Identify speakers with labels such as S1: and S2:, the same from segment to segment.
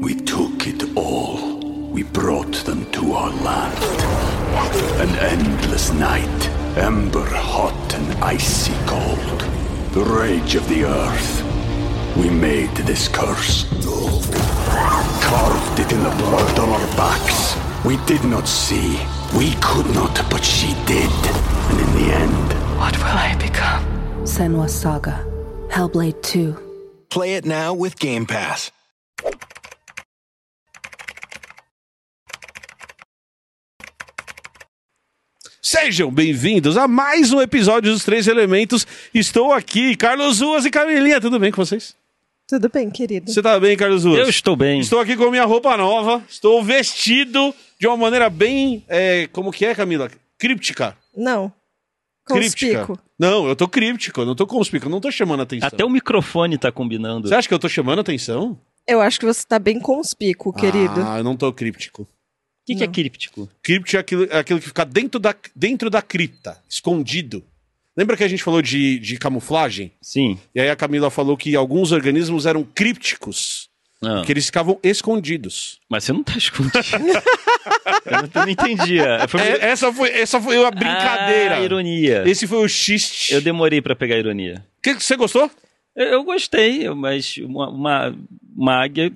S1: We took it all. We brought them to our land. An endless night, ember hot and icy cold. The rage of the earth. We made this curse. Carved it in the blood on our backs. We did not see. We could not, but she did. And in the end,
S2: What will I become?
S3: Senwa Saga, Hellblade 2.
S4: Play it now with Game Pass.
S5: Sejam bem-vindos a mais um episódio dos Três Elementos. Estou aqui, Carlos Ruas e Camilinha. Tudo bem com vocês?
S6: Tudo bem, querido.
S5: Você tá bem, Carlos Ruas?
S7: Eu estou bem.
S5: Estou aqui com minha roupa nova. Estou vestido de uma maneira bem. é, como que é, Camila? Críptica.
S6: Não.
S5: Críptica.
S6: Conspico.
S5: Não, eu tô críptico, eu não tô conspico, eu não tô chamando atenção.
S7: Até o microfone tá combinando.
S5: Você acha que eu tô chamando atenção?
S6: Eu acho que você tá bem conspico, querido.
S5: Ah, eu não tô críptico.
S7: O que, que é
S6: Não.
S7: críptico?
S5: Crypt é aquilo, é aquilo que fica dentro da, dentro da cripta, escondido. Lembra que a gente falou de, de camuflagem?
S7: Sim.
S5: E aí a Camila falou que alguns organismos eram crípticos,
S7: Não.
S5: que eles ficavam escondidos.
S7: Mas você não tá escondido. eu não- eu não entendi. é. Foi
S5: É, essa, foi, essa foi a brincadeira.
S7: Ah, ironia.
S5: Esse foi o xiste.
S7: Eu demorei pra pegar a ironia.
S5: Que, que você gostou?
S7: Eu, eu gostei, eu- mas uma, uma, uma águia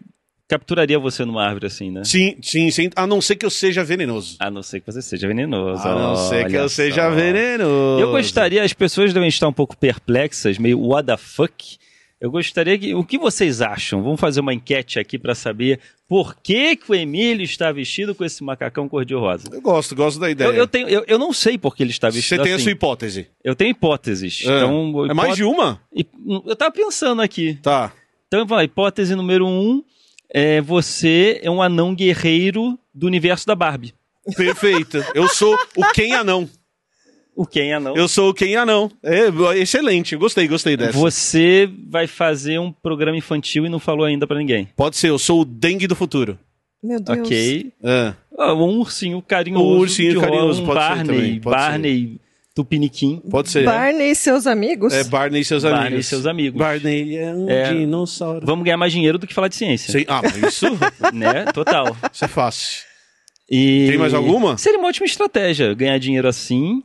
S7: capturaria você numa árvore assim, né?
S5: Sim, sim, sim. A não ser que eu seja venenoso.
S7: A não ser que você seja venenoso.
S5: a não ser que
S7: Ah, olha
S5: eu
S7: só.
S5: seja venenoso.
S7: Eu gostaria, as pessoas devem estar um pouco perplexas, meio what the fuck. Eu gostaria que. O que vocês acham? Vamos fazer uma enquete aqui pra saber por que, que o Emílio está vestido com esse macacão cor-de-rosa.
S5: Eu gosto, gosto da ideia.
S7: Eu, eu tenho, eu, eu não sei por que ele está
S5: você
S7: vestido
S5: tem a
S7: assim.
S5: sua hipótese.
S7: Eu tenho hipóteses. Então,
S5: é mais de uma?
S7: hipó- Eu tava pensando aqui.
S5: Tá.
S7: Então, vai, hipótese número um é você é um anão guerreiro do universo da Barbie.
S5: Perfeito. Eu sou o quem anão.
S7: Então? O quem é anão?
S5: Eu sou o quem anão. É, excelente. Gostei, gostei dessa.
S7: Você vai fazer um programa infantil e não falou ainda pra ninguém.
S5: Pode ser, eu sou o dengue do futuro.
S6: Meu Deus.
S7: Ok.
S5: É.
S7: Ah, um ursinho carinhoso.
S5: Um ursinho
S7: de rosa,
S5: carinhoso,
S7: um
S5: pode ser
S7: Barney,
S5: também, pode ser.
S7: Barney Tupiniquim.
S5: Pode ser.
S6: Barney e seus amigos?
S5: É Barney e seus amigos.
S7: Barney e seus amigos.
S5: Barney é um
S7: É.
S5: dinossauro.
S7: Vamos ganhar mais dinheiro do que falar de ciência.
S5: Sim. Ah, mas isso,
S7: Né? Total.
S5: isso é fácil.
S7: E-
S5: Tem mais alguma?
S7: Seria uma ótima estratégia ganhar dinheiro assim,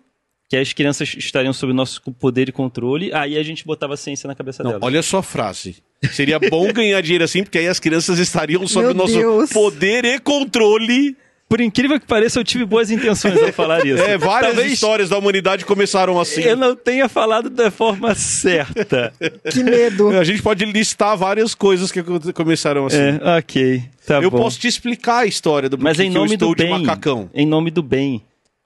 S7: que as crianças estariam sob nosso poder e controle, aí a gente botava a ciência na cabeça
S5: Não,
S7: delas.
S5: olha só a frase. Seria bom ganhar dinheiro assim, porque aí as crianças estariam sob
S6: Meu
S5: o nosso
S6: Deus.
S5: poder e controle.
S7: Por incrível que pareça, eu tive boas intenções ao falar isso.
S5: É, várias
S7: Talvez
S5: histórias da humanidade começaram assim.
S7: Eu não tenha falado da forma certa.
S6: Que medo.
S5: A gente pode listar várias coisas que aconte- começaram assim.
S7: é, ok. Tá
S5: eu
S7: bom.
S5: posso te explicar a história do
S7: Mas
S5: porquê
S7: em
S5: que eu
S7: nome
S5: estou
S7: do
S5: de
S7: bem.
S5: macacão.
S7: Em nome do bem.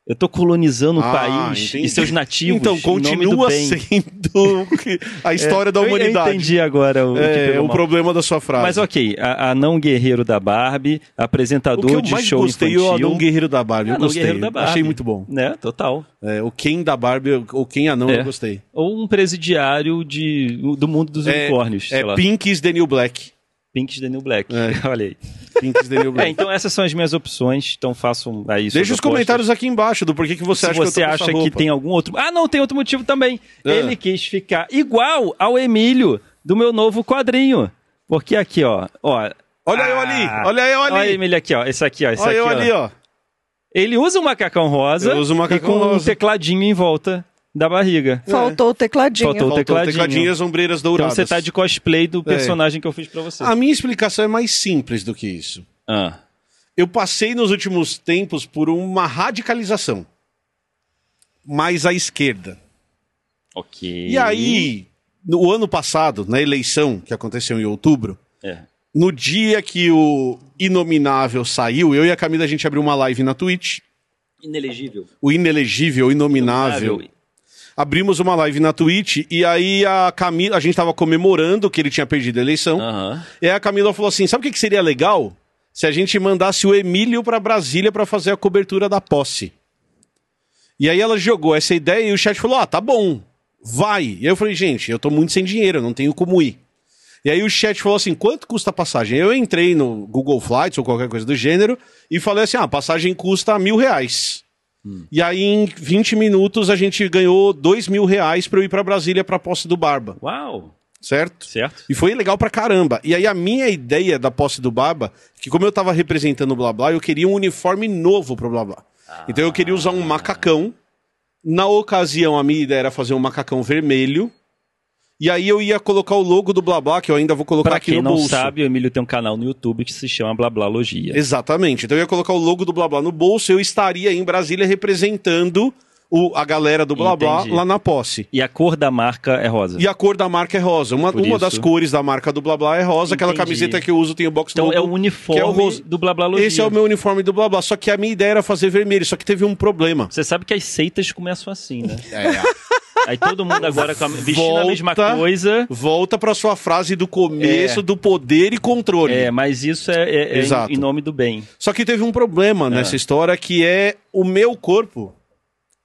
S7: Eu tô colonizando o
S5: Ah,
S7: país
S5: entendi.
S7: e seus nativos.
S5: Então,
S7: em nome do
S5: continua
S7: bem. É,
S5: sendo a história da
S7: Eu- Eu,
S5: humanidade.
S7: entendi agora o, que
S5: é
S7: pegou
S5: o
S7: mal.
S5: problema da sua frase.
S7: Mas ok, a, a não guerreiro da Barbie,
S5: O que
S7: apresentador
S5: eu
S7: de
S5: mais
S7: show
S5: gostei é o
S7: infantil.
S5: Anão Guerreiro da Barbie. Eu
S7: Anão
S5: gostei.
S7: Guerreiro da Barbie.
S5: Achei muito bom.
S7: Né, total.
S5: É, o Ken da Barbie, ou Ken Anão,
S7: É.
S5: eu gostei.
S7: Ou um presidiário de, do mundo dos unicórnios, sei
S5: É
S7: lá.
S5: Pink is the New Black.
S7: Pink is the New Black.
S5: É.
S7: Olha aí.
S5: Pink is the New
S7: É,
S5: Black.
S7: então essas são as minhas opções, então façam aí suas
S5: Deixa os
S7: apostas.
S5: comentários aqui embaixo do porquê que você
S7: Se
S5: acha que
S7: você
S5: eu tô com essa
S7: acha que
S5: roupa.
S7: tem algum outro... Ah, não, tem outro motivo também.
S5: Ah.
S7: Ele quis ficar igual ao Emílio do meu novo quadrinho. Porque aqui, ó... ó
S5: Olha eu
S7: Ah.
S5: ali, olha eu ali.
S7: Olha o Emílio aqui, ó. Esse aqui, ó. Esse
S5: Olha
S7: aqui,
S5: eu
S7: ó.
S5: ali, ó.
S7: Ele usa um macacão rosa
S5: Eu uso um macacão
S7: e com um
S5: rosa.
S7: tecladinho em volta da barriga.
S6: Faltou o tecladinho.
S7: É. Faltou o
S5: Faltou o
S7: tecladinho.
S5: tecladinho e as ombreiras
S7: Então
S5: douradas.
S7: você tá de cosplay do personagem que eu fiz pra você.
S5: É. A minha explicação é mais simples do que isso.
S7: Ah.
S5: Eu passei nos últimos tempos por uma radicalização. Mais à esquerda.
S7: Ok.
S5: E aí, no ano passado, na eleição que aconteceu em outubro,
S7: É.
S5: no dia que o Inominável saiu, eu e a Camila a gente abriu uma live na Twitch.
S7: Inelegível.
S5: O Inelegível, o Inominável. Abrimos uma live na Twitch e aí a Camila, a gente tava comemorando que ele tinha perdido a eleição.
S7: Aham.
S5: E aí a Camila falou assim: sabe o que, que seria legal? Se a gente mandasse o Emílio pra Brasília pra fazer a cobertura da posse. E aí ela jogou essa ideia e o chat falou: ah, tá bom, vai. E aí eu falei: gente, eu tô muito sem dinheiro, eu não tenho como ir. E aí o chat falou assim: quanto custa a passagem? Eu entrei no Google Flights ou qualquer coisa do gênero e falei assim: ah, a passagem custa mil reais. E aí em 20 minutos a gente ganhou dois mil reais pra eu ir pra Brasília pra posse do Barba.
S7: Uau.
S5: certo?
S7: Certo?
S5: E foi legal pra caramba. E aí a minha ideia da posse do Baba, que como eu tava representando o Blá Blá, eu queria um uniforme novo pro Blá Blá. Então eu queria usar
S7: Ah.
S5: um macacão. Na ocasião, a minha ideia era fazer um macacão vermelho. E aí eu ia colocar o logo do Blá Blá, que eu ainda vou colocar
S7: Pra
S5: aqui
S7: quem
S5: no
S7: não
S5: bolso.
S7: sabe, é. o Emílio tem um canal no YouTube que se chama Blablalogia.
S5: Exatamente. Então eu ia colocar o logo do Blá Blá no bolso, eu estaria em Brasília representando o- a galera do Blá Blá
S7: Entendi.
S5: lá na posse.
S7: E a cor da marca é rosa.
S5: E a cor da marca é rosa. Uma,
S7: Por
S5: uma
S7: isso-
S5: das cores da marca do Blá Blá é rosa. Aquela
S7: Entendi.
S5: camiseta que eu uso tem o box
S7: Então
S5: logo,
S7: é o uniforme
S5: que é o rosa.
S7: do Blablalogia.
S5: Esse é o meu uniforme do Blá Blá. Só que a minha ideia era fazer vermelho. Só que teve um problema.
S7: Você sabe que as seitas começam assim, né? Aí todo mundo agora com a- vestindo a mesma
S5: Volta.
S7: coisa.
S5: Volta pra sua frase do começo do poder e controle.
S7: É, mas isso é, é- é
S5: Exato.
S7: em, em nome do bem.
S5: Só que teve um
S7: É.
S5: problema nessa história que é o meu corpo.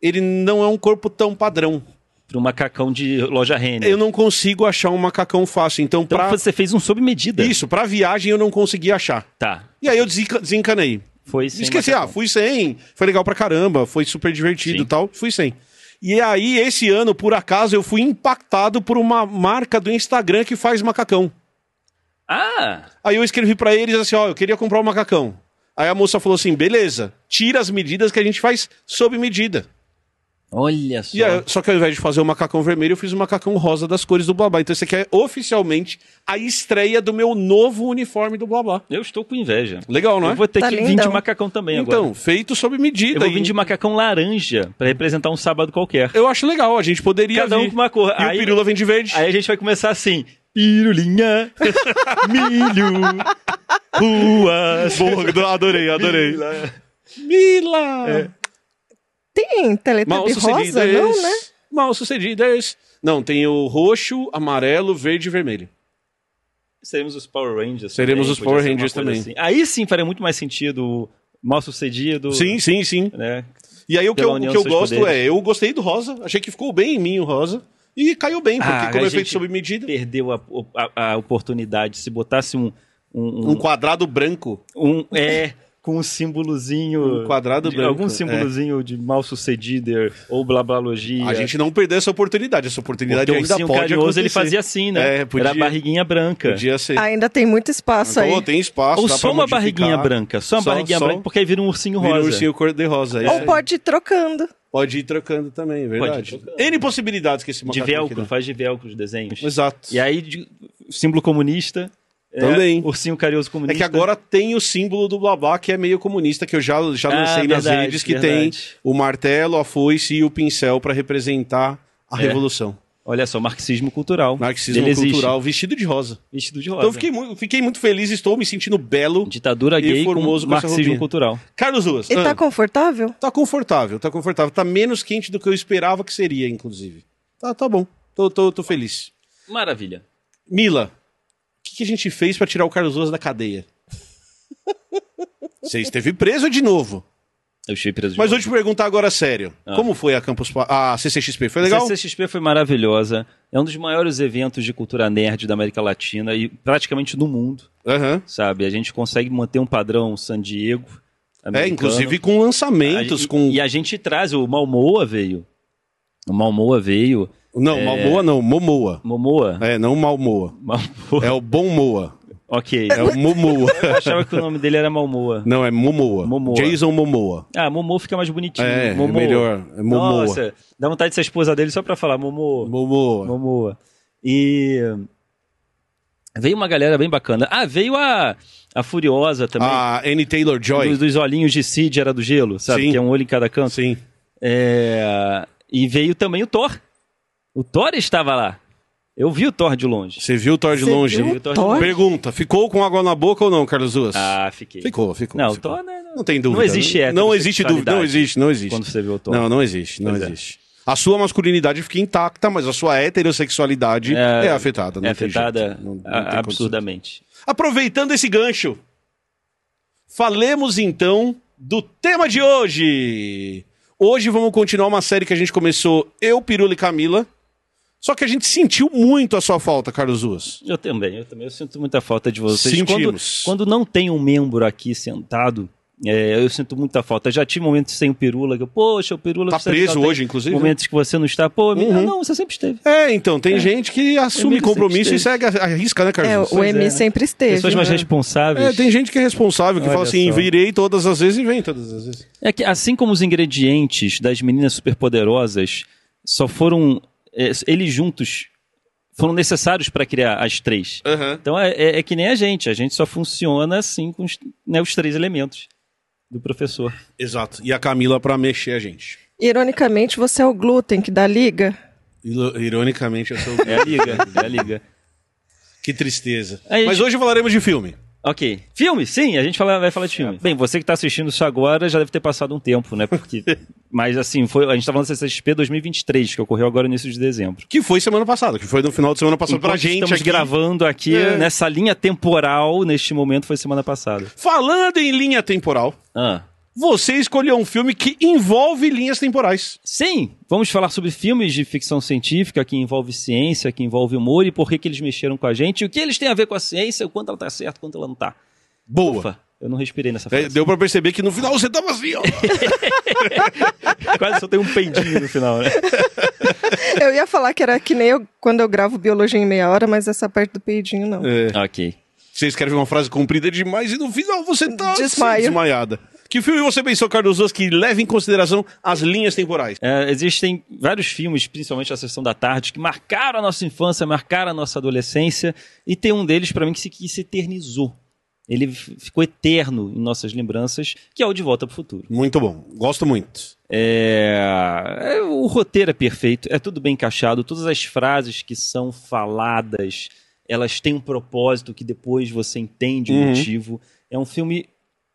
S5: Ele não é um corpo tão padrão.
S7: Pro macacão de loja Renner.
S5: Eu não consigo achar um macacão fácil. Então,
S7: É. Então
S5: pra...
S7: você fez um sob medida.
S5: isso, pra viagem eu não consegui achar.
S7: Tá.
S5: E aí eu desenca- desencanei.
S7: Foi sem
S5: Esqueci, ah,
S7: macacão.
S5: fui sem. Foi legal pra caramba, foi super divertido
S7: Sim.
S5: e tal. Fui sem. E aí, esse ano, por acaso, eu fui impactado por uma marca do Instagram que faz macacão.
S7: Ah!
S5: Aí eu escrevi pra eles assim: ó, eu queria comprar um macacão. Aí a moça falou assim: beleza, tira as medidas que a gente faz sob medida.
S7: Olha só.
S5: E aí, só que ao invés de fazer o macacão vermelho, eu fiz o macacão rosa das cores do Blá Blá. Então esse aqui é oficialmente a estreia do meu novo uniforme do Blá Blá.
S7: Eu estou com inveja.
S5: Legal, não é?
S7: Eu vou ter
S6: Tá
S7: que vir de
S6: lindão.
S7: macacão também
S5: Então,
S7: agora.
S5: feito sob medida.
S7: Eu vou
S5: e-
S7: vir de macacão laranja pra representar um sábado qualquer.
S5: Eu acho legal, a gente poderia
S7: Cada um
S5: vir.
S7: com uma cor.
S5: E
S7: Aí-
S5: o Pirula vem de verde.
S7: Aí a gente vai começar assim. Pirulinha, milho, ruas.
S5: Boa, adorei, adorei.
S7: Mila.
S6: Tem
S5: Mal
S6: Teletubbie rosa,
S5: sucedidas.
S6: não, né?
S5: Mal sucedidas. Não, tem o roxo, amarelo, verde e vermelho.
S7: Seremos os Power Rangers.
S5: Seremos os
S7: podia
S5: Power
S7: ser uma
S5: Rangers
S7: coisa assim.
S5: também.
S7: Aí sim faria muito mais sentido o mal sucedido.
S5: Sim, sim, sim.
S7: Né?
S5: E aí o que
S7: Pela
S5: eu, o
S7: união
S5: que eu
S7: dos seus
S5: gosto
S7: poderes.
S5: é, eu gostei do rosa, achei que ficou bem em mim o rosa. E caiu bem, porque
S7: Ah,
S5: como
S7: a
S5: é feito
S7: gente
S5: sob medida,
S7: Perdeu a, a- a oportunidade. Se botasse um. Um.
S5: um
S7: um,
S5: quadrado branco.
S7: um- é. Com um símbolozinho.
S5: Um quadrado
S7: de,
S5: branco,
S7: Algum
S5: é.
S7: símbolozinho de mal sucedido ou blablalogia.
S5: A gente não perdeu essa oportunidade, essa oportunidade
S7: Porque o
S5: ainda
S7: ursinho
S5: pode
S7: carinhoso
S5: acontecer.
S7: ele fazia assim, né?
S5: É, podia,
S7: Era a barriguinha branca.
S5: podia ser.
S6: Ainda tem muito espaço
S5: Então,
S6: Ah, é aí.
S5: tem espaço,
S7: Ou
S5: dá
S7: só
S5: pra
S7: uma
S5: modificar.
S7: barriguinha branca. Só uma
S5: Só-
S7: barriguinha
S5: só
S7: branca, porque aí vira um ursinho
S5: Vira
S7: rosa.
S5: um ursinho cor de rosa. é.
S6: Ou pode ir trocando.
S5: Pode ir trocando também, é verdade.
S7: ir trocando.
S5: N possibilidades que esse
S7: de
S5: macaco aqui
S7: velcro,
S5: dá.
S7: faz de velcro os desenhos.
S5: Exato. É
S7: E aí, de- símbolo comunista. é,
S5: Também.
S7: ursinho carinhoso
S5: É
S7: comunista.
S5: que agora tem o símbolo do Blabá, que é meio comunista, que eu já, já
S7: Ah,
S5: lancei nas
S7: verdade,
S5: redes, que
S7: verdade.
S5: tem o martelo, a foice e o pincel para representar a
S7: É.
S5: revolução.
S7: Olha só, marxismo cultural.
S5: Marxismo
S7: Ele existe.
S5: cultural vestido de rosa.
S7: Vestido de rosa.
S5: Então eu fiquei, mu- fiquei muito feliz, estou me sentindo belo.
S7: Ditadura
S5: e
S7: gay com,
S5: formoso com essa
S7: marxismo
S5: roupinha.
S7: cultural.
S5: Carlos Ruas,
S6: E
S5: ah,
S6: tá confortável?
S5: tá confortável, tá confortável. Tá menos quente do que eu esperava que seria, inclusive. Tá, tá bom, tô, tô, tô feliz.
S7: Maravilha.
S5: Mila, o que, que a gente fez pra tirar o Carlos Ruas da cadeia? Você esteve preso de novo.
S7: Eu achei preso de
S5: Mas vou
S7: novo.
S5: te perguntar agora sério.
S7: Ah.
S5: Como foi a Campus Pa- a CCXP? Foi legal?
S7: A CCXP foi maravilhosa. É um dos maiores eventos de cultura nerd da América Latina e praticamente do mundo,
S5: Aham.
S7: sabe? A gente consegue manter um padrão San Diego.
S5: É,
S7: americano.
S5: inclusive com lançamentos,
S7: A gente-
S5: com...
S7: E a gente traz, o Malmoa veio. O Malmoa veio.
S5: Não,
S7: É.
S5: Malmoa não, Momoa.
S7: Momoa?
S5: É, não Malmoa.
S7: Malmoa.
S5: É o Bom Moa.
S7: Ok.
S5: É o Momoa.
S7: Eu achava que o nome dele era Malmoa.
S5: não, é Momoa.
S7: Momoa.
S5: Jason Momoa.
S7: Ah, Momoa fica mais bonitinho.
S5: É, é
S7: Momoa.
S5: melhor. É Momoa.
S7: Nossa, dá vontade de ser a esposa dele só pra falar Momoa.
S5: Momoa.
S7: Momoa. E. Veio uma galera bem bacana. Ah, veio a, a Furiosa também.
S5: A Annie
S7: dos,
S5: Taylor-Joy.
S7: dos olhinhos de Cid era do gelo, sabe?
S5: Sim.
S7: Que é um olho em cada canto.
S5: Sim.
S7: É, E veio também o Thor. O Thor estava lá. Eu vi o Thor de longe.
S5: Você viu o Thor de
S6: Você
S5: longe?
S6: viu
S7: o Thor de longe?
S5: Pergunta, ficou com água na boca ou não, Carlos Ruas?
S7: Ah, fiquei.
S5: Ficou, ficou.
S7: Não, o
S5: ficou.
S7: Thor, né, não-
S5: Não tem dúvida.
S7: não existe
S5: Não, não existe dúvida. Não
S7: heterossexualidade
S5: existe, não existe.
S7: quando você vê o Thor.
S5: Não, não existe, não
S7: Pois é.
S5: existe. A sua masculinidade fica intacta, mas a sua heterossexualidade é, afetada. não
S7: É
S5: tem
S7: afetada
S5: jeito. Não- não tem
S7: a-
S5: condição.
S7: absurdamente.
S5: Aproveitando esse gancho, falemos então do tema de hoje. Hoje vamos continuar uma série que a gente começou, eu, Pirula e Camila. Só que a gente sentiu muito a sua falta, Carlos Ruas.
S7: Eu também, eu também. Eu sinto muita falta de vocês.
S5: Sentimos.
S7: Quando, quando não tem um membro aqui sentado, É, eu sinto muita falta. Já tive momentos sem o Pirula, que eu, poxa, o Pirula...
S5: Tá
S7: precisa de-
S5: preso
S7: tem
S5: hoje, inclusive, né?
S7: Momentos que você não está, pô, Emílio,
S5: Uhum.
S7: não, você sempre esteve.
S5: É, então, tem gente que assume
S7: Emílio
S5: compromisso e
S7: sempre
S5: segue, a- arrisca, né,
S6: É,
S5: Carlos?
S6: o
S7: é,
S6: Emi
S7: né?
S6: sempre esteve.
S7: Pessoas mais
S6: né?
S7: responsáveis.
S5: É, tem gente que é responsável, que
S7: Olha
S5: fala assim,
S7: só.
S5: virei todas as vezes e vem todas as vezes.
S7: É que assim como os ingredientes das meninas superpoderosas só foram é, eles juntos foram necessários para criar as três. Então é, é- é que nem a gente, a gente só funciona assim com os, né, os três elementos do professor.
S5: Exato. E a Camila pra mexer a gente.
S6: Ironicamente, você é o glúten que dá liga.
S5: Ilo- Ironicamente, eu sou...
S7: É a liga, é a liga.
S5: que tristeza.
S7: Aí,
S5: Mas
S7: gente-
S5: hoje falaremos de filme.
S7: Ok. Filme, sim, a gente fala- vai falar de filme. Bem, você que está assistindo isso agora já deve ter passado um tempo, né? Porque. Mas assim, foi, a gente tá falando da CCXP 2023, que ocorreu agora no início de dezembro.
S5: Que foi semana passada, que foi no final de semana passada pra
S7: Enquanto
S5: gente
S7: estamos
S5: aqui.
S7: gravando aqui
S5: É.
S7: nessa linha temporal, neste momento foi semana passada.
S5: Falando em linha temporal,
S7: Ah.
S5: você escolheu um filme que envolve linhas temporais.
S7: Sim, vamos falar sobre filmes de ficção científica que envolve ciência, que envolve humor e por que, que eles mexeram com a gente, o que eles têm a ver com a ciência, o quanto ela tá certa, o quanto ela não tá.
S5: Boa.
S7: Ufa, eu não respirei
S5: É,
S7: nessa frase.
S5: deu pra perceber que no final você tava assim, ó.
S7: Quase só tem um pendinho no final, né?
S6: Eu ia falar que era que nem eu quando eu gravo biologia em meia hora, mas essa parte do peidinho não.
S7: ok.
S5: Você escreve uma frase comprida demais e no final você tá assim,
S6: Desmaio.
S5: desmaiada. Que filme você pensou, Carlos Oz, que leva em consideração as linhas temporais?
S7: É, existem vários filmes, principalmente a Sessão da Tarde, que marcaram a nossa infância, marcaram a nossa adolescência, e tem um deles pra mim que se, que se eternizou. Ele f- ficou eterno em nossas lembranças, que é o De Volta pro Futuro.
S5: Muito bom, gosto muito.
S7: É, é, o roteiro é perfeito, é tudo bem encaixado, todas as frases que são faladas, elas têm um propósito que depois você entende o
S5: Uhum.
S7: motivo. É um filme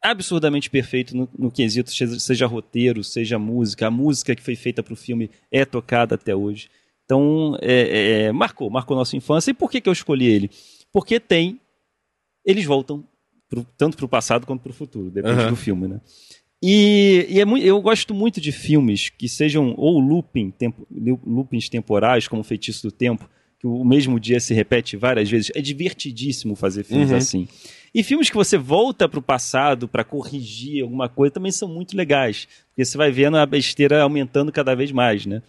S7: absurdamente perfeito no, no quesito, seja seja roteiro, seja música. A música que foi feita para o filme é tocada até hoje. Então, é, é, é, marcou, marcou nossa infância. E por que, que eu escolhi ele? Porque tem. Eles voltam pro- tanto para o passado quanto para o futuro, depende
S5: Aham.
S7: do filme, né? E, e é mui- eu gosto muito de filmes que sejam ou looping, tempo, lu- loopings temporais, como Feitiço do Tempo, que o mesmo dia se repete várias vezes. É divertidíssimo fazer filmes
S5: Uhum.
S7: assim. E filmes que você volta para o passado para corrigir alguma coisa também são muito legais, porque você vai vendo a besteira aumentando cada vez mais, né?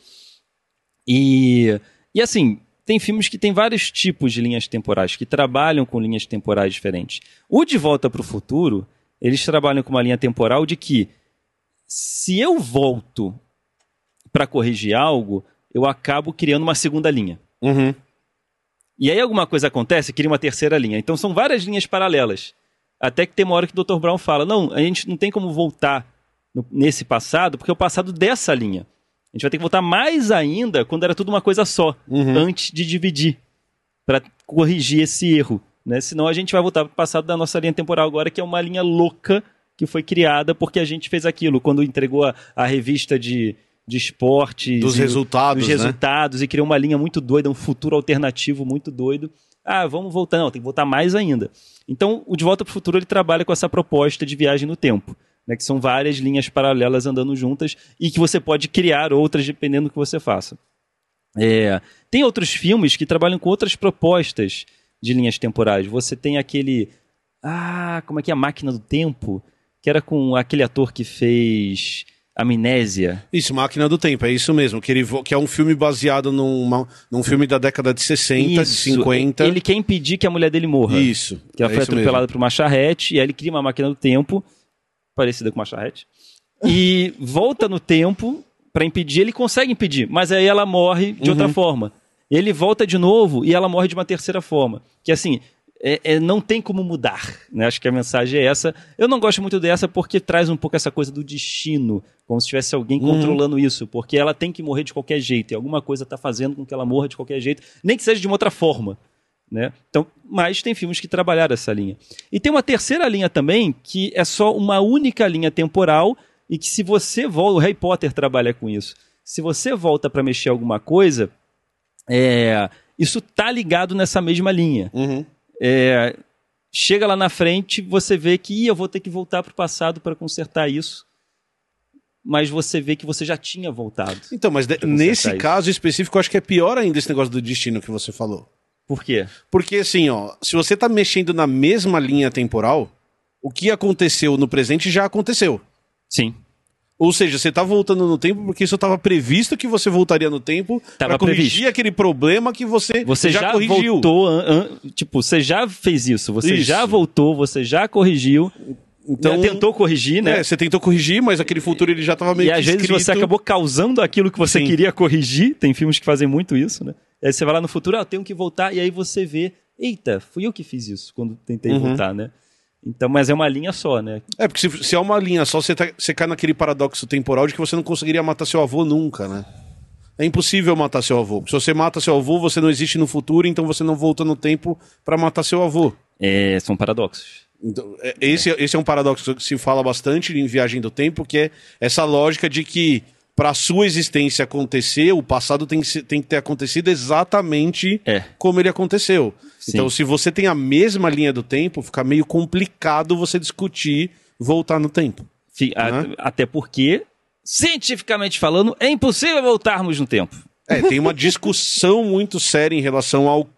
S7: E, e assim, tem filmes que tem vários tipos de linhas temporais, que trabalham com linhas temporais diferentes. O De Volta para o Futuro, eles trabalham com uma linha temporal de que se eu volto para corrigir algo, eu acabo criando uma segunda linha.
S5: Uhum.
S7: E aí alguma coisa acontece, cria uma terceira linha. Então são várias linhas paralelas. Até que tem uma hora que o Dr. Brown fala: não, a gente não tem como voltar no- nesse passado, porque é o passado dessa linha. A gente vai ter que voltar mais ainda quando era tudo uma coisa só,
S5: Uhum.
S7: antes de dividir, para corrigir esse erro. Né? Senão a gente vai voltar para o passado da nossa linha temporal agora, que é uma linha louca que foi criada porque a gente fez aquilo. Quando entregou a, a revista de, de esporte.
S5: Dos resultados,
S7: Dos
S5: né?
S7: resultados e criou uma linha muito doida, um futuro alternativo muito doido. Ah, vamos voltar. Não, tem que voltar mais ainda. Então, o De Volta para o Futuro ele trabalha com essa proposta de viagem no tempo. Né, que são várias linhas paralelas andando juntas e que você pode criar outras dependendo do que você faça. É, tem outros filmes que trabalham com outras propostas de linhas temporais. Você tem aquele. Ah, como é que é? A Máquina do Tempo? Que era com aquele ator que fez Amnésia.
S5: Isso, Máquina do Tempo, é isso mesmo. Que, ele, vo- que é um filme baseado numa, num filme da década de 60, de
S7: Isso.
S5: 50.
S7: Ele quer impedir que a mulher dele morra.
S5: Isso.
S7: Que ela
S5: é
S7: foi
S5: isso
S7: atropelada por uma charrete, e aí ele cria uma máquina do tempo, parecida com uma charrete, e volta no tempo pra impedir. Ele consegue impedir, mas aí ela morre de outra
S5: Uhum.
S7: forma. Ele volta de novo e ela morre de uma terceira forma. Que assim, é- é- não tem como mudar. né? Acho que a mensagem é essa. Eu não gosto muito dessa porque traz um pouco essa coisa do destino, como se tivesse alguém
S5: Uhum.
S7: controlando isso, porque ela tem que morrer de qualquer jeito, e alguma coisa tá fazendo com que ela morra de qualquer jeito, nem que seja de uma outra forma né? Então, mas tem filmes que trabalharam essa linha. E tem uma terceira linha também, que é só uma única linha temporal e que se você volta, o Harry Potter trabalha com isso. Se você volta para mexer alguma coisa, é, isso tá ligado nessa mesma linha.
S5: Uhum.
S7: É, chega lá na frente, você vê que "Ih, eu vou ter que voltar pro passado para consertar isso. Mas você vê que você já tinha voltado.
S5: Então, mas de-
S7: Deixa eu consertar
S5: nesse
S7: isso.
S5: caso específico, eu acho que é pior ainda esse negócio do destino que você falou.
S7: Por quê?
S5: Porque assim, ó, se você tá mexendo na mesma linha temporal, o que aconteceu no presente já aconteceu.
S7: Sim.
S5: Ou seja, você tá voltando no tempo porque isso estava previsto que você voltaria no tempo
S7: Tava
S5: para corrigir
S7: previsto.
S5: aquele problema que você,
S7: Você já,
S5: corrigiu.
S7: voltou. an- an- tipo, você já fez isso. Você
S5: Isso.
S7: já voltou, você já corrigiu.
S5: Então-
S7: né, tentou corrigir, né?
S5: É, você tentou corrigir, mas aquele futuro ele já estava meio
S7: E
S5: que
S7: às vezes
S5: escrito.
S7: você acabou causando aquilo que você
S5: Sim.
S7: queria corrigir. Tem filmes que fazem muito isso, né? Aí você vai lá no futuro, ah, eu tenho que voltar, e aí você vê, eita, fui eu que fiz isso quando tentei
S5: Uhum.
S7: voltar, né? Então, mas é uma linha só, né?
S5: É, porque se, se é uma linha só, você, tá- você cai naquele paradoxo temporal de que você não conseguiria matar seu avô nunca, né? É impossível matar seu avô. Se você mata seu avô, você não existe no futuro, então você não volta no tempo para matar seu avô.
S7: É, são paradoxos.
S5: Então, é- esse, esse é um paradoxo que se fala bastante em Viagem do Tempo, que é essa lógica de que para a sua existência acontecer, o passado tem que, se- tem que ter acontecido exatamente
S7: É.
S5: como ele aconteceu.
S7: Sim.
S5: Então, se você tem a mesma linha do tempo, fica meio complicado você discutir voltar no tempo.
S7: Fi- a-
S5: Uhum.
S7: Até porque, cientificamente falando, é impossível voltarmos no tempo.
S5: É, tem uma discussão muito séria em relação ao.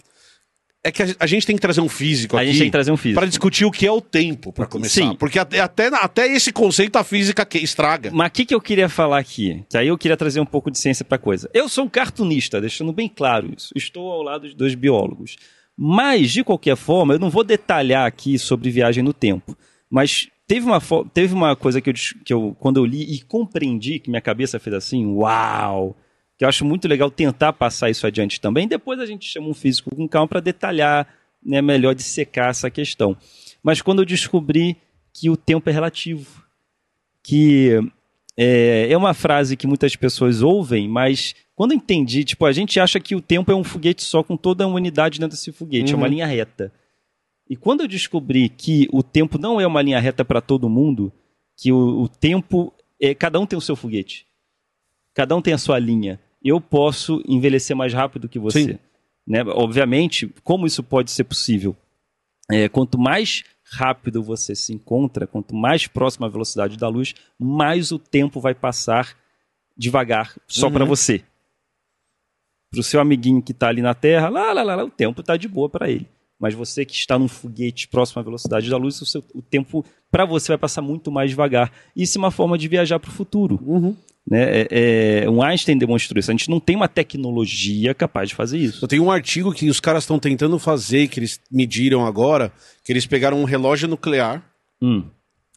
S5: É que a, a gente tem que trazer um físico
S7: A
S5: aqui.
S7: gente tem que trazer um físico.
S5: Pra discutir o que é o tempo, pra começar.
S7: Sim.
S5: Porque até, até, na- até esse conceito a física que estraga.
S7: Mas o que, que eu queria falar aqui? Que aí eu queria trazer um pouco de ciência pra coisa. Eu sou um cartunista, deixando bem claro isso. Estou ao lado de dois biólogos. Mas, de qualquer forma, eu não vou detalhar aqui sobre viagem no tempo. Mas teve uma, fo- teve uma coisa que eu, dis- que eu, quando eu li e compreendi, que minha cabeça fez assim, uau! Que eu acho muito legal tentar passar isso adiante também. Depois a gente chama um físico com calma para detalhar, né, melhor dissecar essa questão. Mas quando eu descobri que o tempo é relativo que é, é uma frase que muitas pessoas ouvem, mas quando eu entendi, tipo, a gente acha que o tempo é um foguete só com toda a unidade dentro desse foguete, é uma linha reta. E quando eu descobri que o tempo não é uma linha reta para todo mundo, que o, o tempo é cada um tem o seu foguete, cada um tem a sua linha. Eu posso envelhecer mais rápido que você,
S5: Sim.
S7: né? Obviamente, como isso pode ser possível? É, quanto mais rápido você se encontra, quanto mais próxima a velocidade da luz, mais o tempo vai passar devagar só pra para você. Para o seu amiguinho que está ali na Terra, lá, lá, lá, lá, o tempo está de boa para ele. Mas você que está num foguete próximo à velocidade da luz, o, seu- o tempo para você vai passar muito mais devagar. Isso é uma forma de viajar para o futuro. Né? É, é, um Einstein demonstrou isso. A gente não tem uma tecnologia capaz de fazer isso.
S5: Eu tenho um artigo que os caras estão tentando fazer, que eles mediram agora, que eles pegaram um relógio nuclear.
S7: Hum.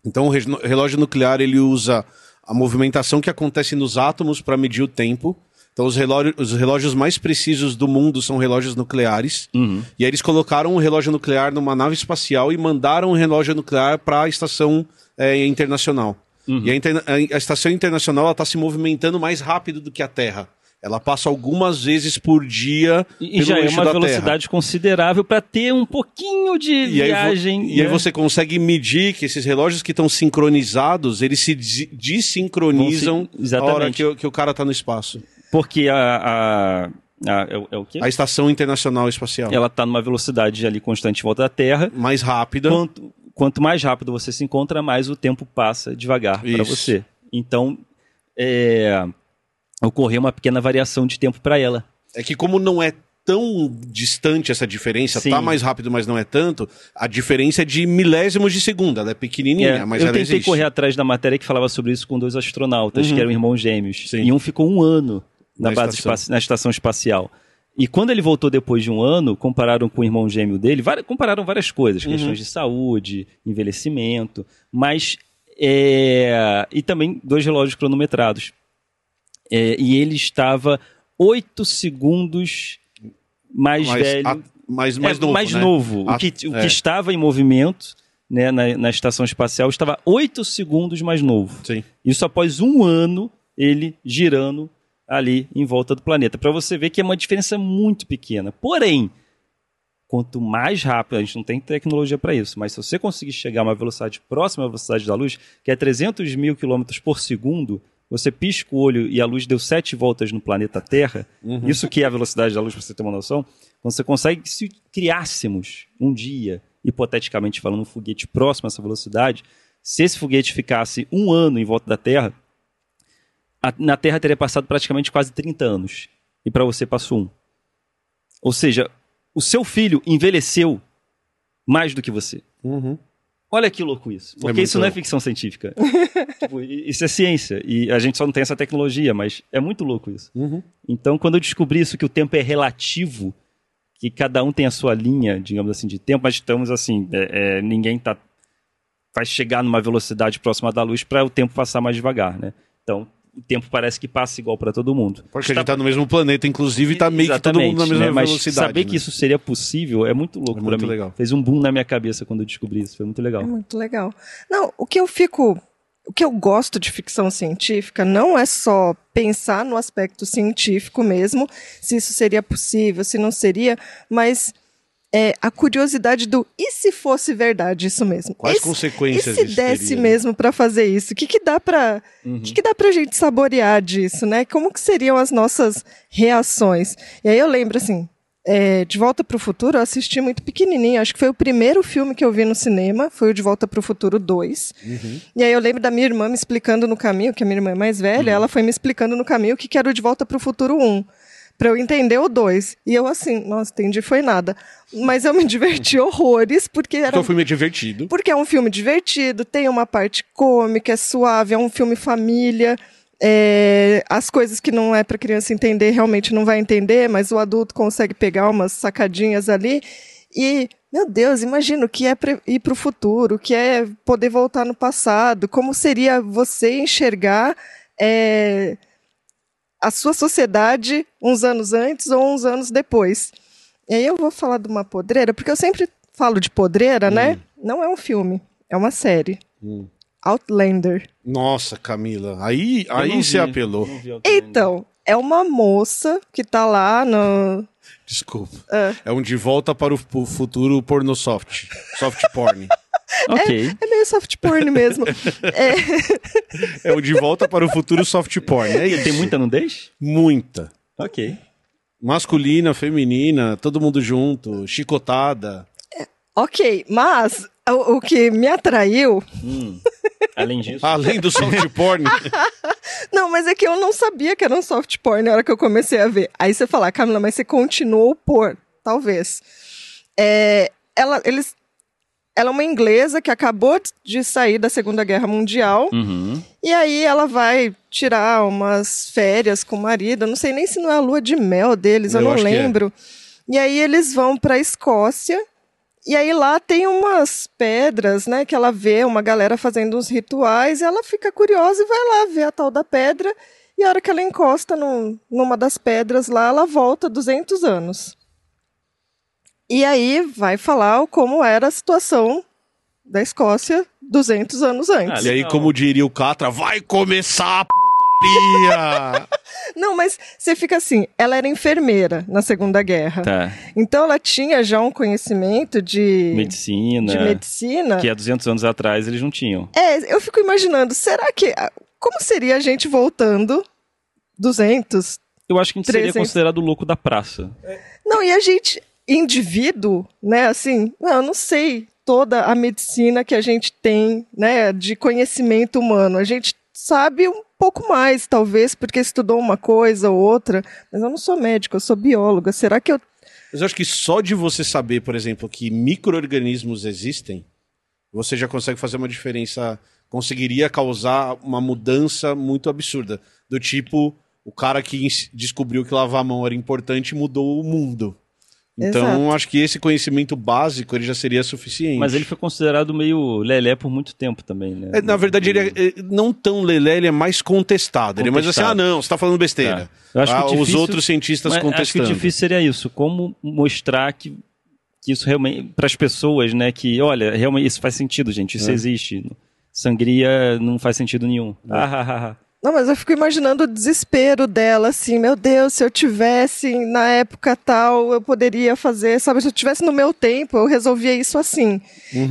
S5: Então, o re- relógio nuclear ele usa a movimentação que acontece nos átomos para medir o tempo. Então, os, relógio- os relógios mais precisos do mundo são relógios nucleares.
S7: Uhum.
S5: E aí eles colocaram um relógio nuclear numa nave espacial e mandaram um relógio nuclear para a estação eh, internacional.
S7: Uhum.
S5: E a, interna- a- a estação internacional está se movimentando mais rápido do que a Terra. Ela passa algumas vezes por dia
S7: E
S5: pelo
S7: já é
S5: eixo
S7: uma
S5: da Terra.
S7: velocidade considerável para ter um pouquinho de
S5: E aí vo-
S7: viagem.
S5: e aí
S7: né?
S5: você consegue medir que esses relógios que estão sincronizados, eles se des- desincronizam
S7: Vão se-
S5: na hora
S7: exatamente.
S5: que, o- que o cara tá no espaço.
S7: Porque a. a, a- é, o- é o quê?
S5: A Estação Internacional Espacial.
S7: Ela está numa velocidade ali constante em volta da Terra.
S5: Mais rápida.
S7: Quanto, quanto mais rápido você se encontra, mais o tempo passa devagar para
S5: Isso.
S7: você. Então, é, ocorreu uma pequena variação de tempo para ela.
S5: É que como não é tão distante essa diferença,
S7: Sim.
S5: tá mais rápido, mas não é tanto, a diferença é de milésimos de segundo. Ela é pequenininha,
S7: É,
S5: mas
S7: eu
S5: ela
S7: tentei
S5: existe.
S7: correr atrás da matéria que falava sobre isso com dois astronautas, que eram irmãos gêmeos.
S5: Sim.
S7: E um ficou um ano na,
S5: Na
S7: base
S5: estação.
S7: espaci- na estação espacial. E quando ele voltou depois de um ano, compararam com o irmão gêmeo dele, vari- compararam várias coisas, questões de saúde, envelhecimento, mas. é, e também dois relógios cronometrados. É, e ele estava oito segundos mais,
S5: Mas
S7: velho.
S5: a- mas-
S7: É,
S5: mais novo, né?
S7: novo.
S5: A-
S7: O, que, o
S5: é.
S7: que estava em movimento né, na, na estação espacial estava 8 segundos mais novo.
S5: Sim.
S7: Isso após um ano ele girando ali em volta do planeta. Para você ver que é uma diferença muito pequena. Porém, quanto mais rápido, a gente não tem tecnologia para isso, mas se você conseguir chegar a uma velocidade próxima à velocidade da luz, que é 300 mil quilômetros por segundo, você pisca o olho e a luz deu sete voltas no planeta Terra,
S5: Uhum.
S7: isso que é a velocidade da luz, para você ter uma noção, quando Então, você consegue, se criássemos um dia, hipoteticamente falando, um foguete próximo a essa velocidade, se esse foguete ficasse um ano em volta da Terra, a- na Terra teria passado praticamente quase 30 anos. E para você passou um. Ou seja, o seu filho envelheceu mais do que você. Olha que louco isso. Porque
S5: Uhum. muito
S7: isso não é
S5: louco.
S7: ficção científica. Tipo, i- isso é ciência. E a gente só não tem essa tecnologia, mas é muito louco isso.
S5: Uhum.
S7: Então, quando eu descobri isso, que o tempo é relativo, que cada um tem a sua linha, digamos assim, de tempo, mas estamos assim, é- é, ninguém tá, vai chegar numa velocidade próxima da luz para o tempo passar mais devagar, né? Então, o tempo parece que passa igual para todo mundo.
S5: Porque a gente tá no mesmo planeta, inclusive, e tá meio que todo mundo na
S7: Exatamente,
S5: mesma
S7: né? Mas
S5: velocidade.
S7: saber
S5: né?
S7: que isso seria possível é muito louco
S5: É
S7: pra
S5: muito
S7: mim.
S5: legal.
S7: Fez um boom na minha cabeça quando eu descobri isso, foi muito legal.
S6: É muito legal. Não, o que eu fico. O que eu gosto de ficção científica não é só pensar no aspecto científico mesmo, se isso seria possível, se não seria, mas é, a curiosidade do e se fosse verdade isso mesmo?
S5: Quais
S6: e, se- e
S5: consequências
S6: se
S5: isso
S6: desse
S5: teria?
S6: mesmo pra fazer isso? O que, que dá pra o que, que dá pra gente saborear disso, né? Como que seriam as nossas reações? E aí eu lembro assim, é, De Volta para o Futuro, eu assisti muito pequenininho. Acho que foi o primeiro filme que eu vi no cinema, foi o De Volta para o Futuro 2. E aí eu lembro da minha irmã me explicando no caminho, que a minha irmã é mais velha, ela foi me explicando no caminho o que, que era o De Volta para o Futuro 1. Pra eu entender o 2. E eu assim, nossa, entendi, foi nada. Mas eu me diverti horrores, porque era
S5: Então foi meio divertido.
S6: porque é um filme divertido, tem uma parte cômica, é suave, é um filme família. é, as coisas que não é para criança entender realmente não vai entender, mas o adulto consegue pegar umas sacadinhas ali. E, meu Deus, imagina o que é pra ir para o futuro, o que é poder voltar no passado, como seria você enxergar é, a sua sociedade uns anos antes ou uns anos depois. E aí eu vou falar de uma podreira, porque eu sempre falo de podreira, né? Não é um filme, é uma série. Outlander.
S5: Hum. Nossa, Camila, aí,
S7: Eu não
S5: aí você
S7: vi,
S5: apelou.
S7: não vi Outlander.
S6: Então, é uma moça que tá lá no.
S5: Desculpa. É. um de volta para o o futuro porno soft. Soft porn.
S7: Ok.
S6: É meio soft porn mesmo. É,
S5: é o de volta para o futuro soft porn. É isso.
S7: Tem muita nudez?
S5: Muita.
S7: Ok.
S5: Masculina, feminina, todo mundo junto, chicotada.
S6: ok, mas o, o que me atraiu.
S7: Além disso.
S5: Além do soft porn.
S6: Não, mas é que eu não sabia que era um soft porn na hora que eu comecei a ver. Aí você fala, "Ah, Camila, mas você continuou por. Talvez. É, ela, eles, ela é uma inglesa que acabou de sair da Segunda Guerra Mundial.
S7: Uhum.
S6: E aí ela vai tirar umas férias com o marido, eu não sei nem se não é a lua de mel deles, eu,
S5: Eu
S6: não
S5: acho que é.
S6: lembro. E aí eles vão para Escócia. E aí lá tem umas pedras, né, que ela vê uma galera fazendo uns rituais, e ela fica curiosa e vai lá ver a tal da pedra. E a hora que ela encosta num- numa das pedras lá, ela volta 200 anos. E aí vai falar o- como era a situação da Escócia 200 anos antes.
S5: e aí, como diria o Catra, vai começar a putaria!
S7: Ah,
S6: Não, mas você fica assim, ela era enfermeira na Segunda Guerra.
S7: Tá.
S6: Então ela tinha já um conhecimento de
S7: Medicina.
S6: de medicina.
S7: Que é- há 200 anos atrás eles não tinham.
S6: É, eu fico imaginando, será que como seria a gente voltando 200?
S7: Eu acho que a gente seria
S6: 300.
S7: considerado o louco da praça.
S6: Não, e a gente indivíduo, né, assim, não, eu não sei toda a medicina que a gente tem, né, de conhecimento humano. A gente sabe um pouco mais, talvez, porque estudou uma coisa ou outra, mas eu não sou médica, eu sou bióloga. Será que eu
S5: Mas eu acho que só de você saber, por exemplo, que micro-organismos existem, você já consegue fazer uma diferença. Conseguiria causar uma mudança muito absurda. Do tipo, o cara que ens- descobriu que lavar a mão era importante mudou o mundo. Então,
S6: Exato.
S5: acho que esse conhecimento básico ele já seria suficiente.
S7: Mas ele foi considerado meio lelé por muito tempo também, né?
S5: É, na verdade, ele é, é, não tão lelé, ele é mais contestado. Ele é mais assim, ah,
S7: Contestado.
S5: não, você tá falando besteira.
S7: Tá. Eu acho que
S5: Ah,
S7: o
S5: os
S7: difícil-
S5: outros cientistas
S7: Mas Acho que o
S5: contestando.
S7: difícil seria isso, como mostrar que, que isso realmente para as pessoas, né, que olha, realmente isso faz sentido, gente,
S5: É.
S7: isso existe. Sangria não faz sentido nenhum. Ah, ah, ah, ah.
S6: Não, mas eu fico imaginando o desespero dela, assim, meu Deus, se eu tivesse na época tal, eu poderia fazer, sabe? Se eu tivesse no meu tempo, eu resolvia isso assim.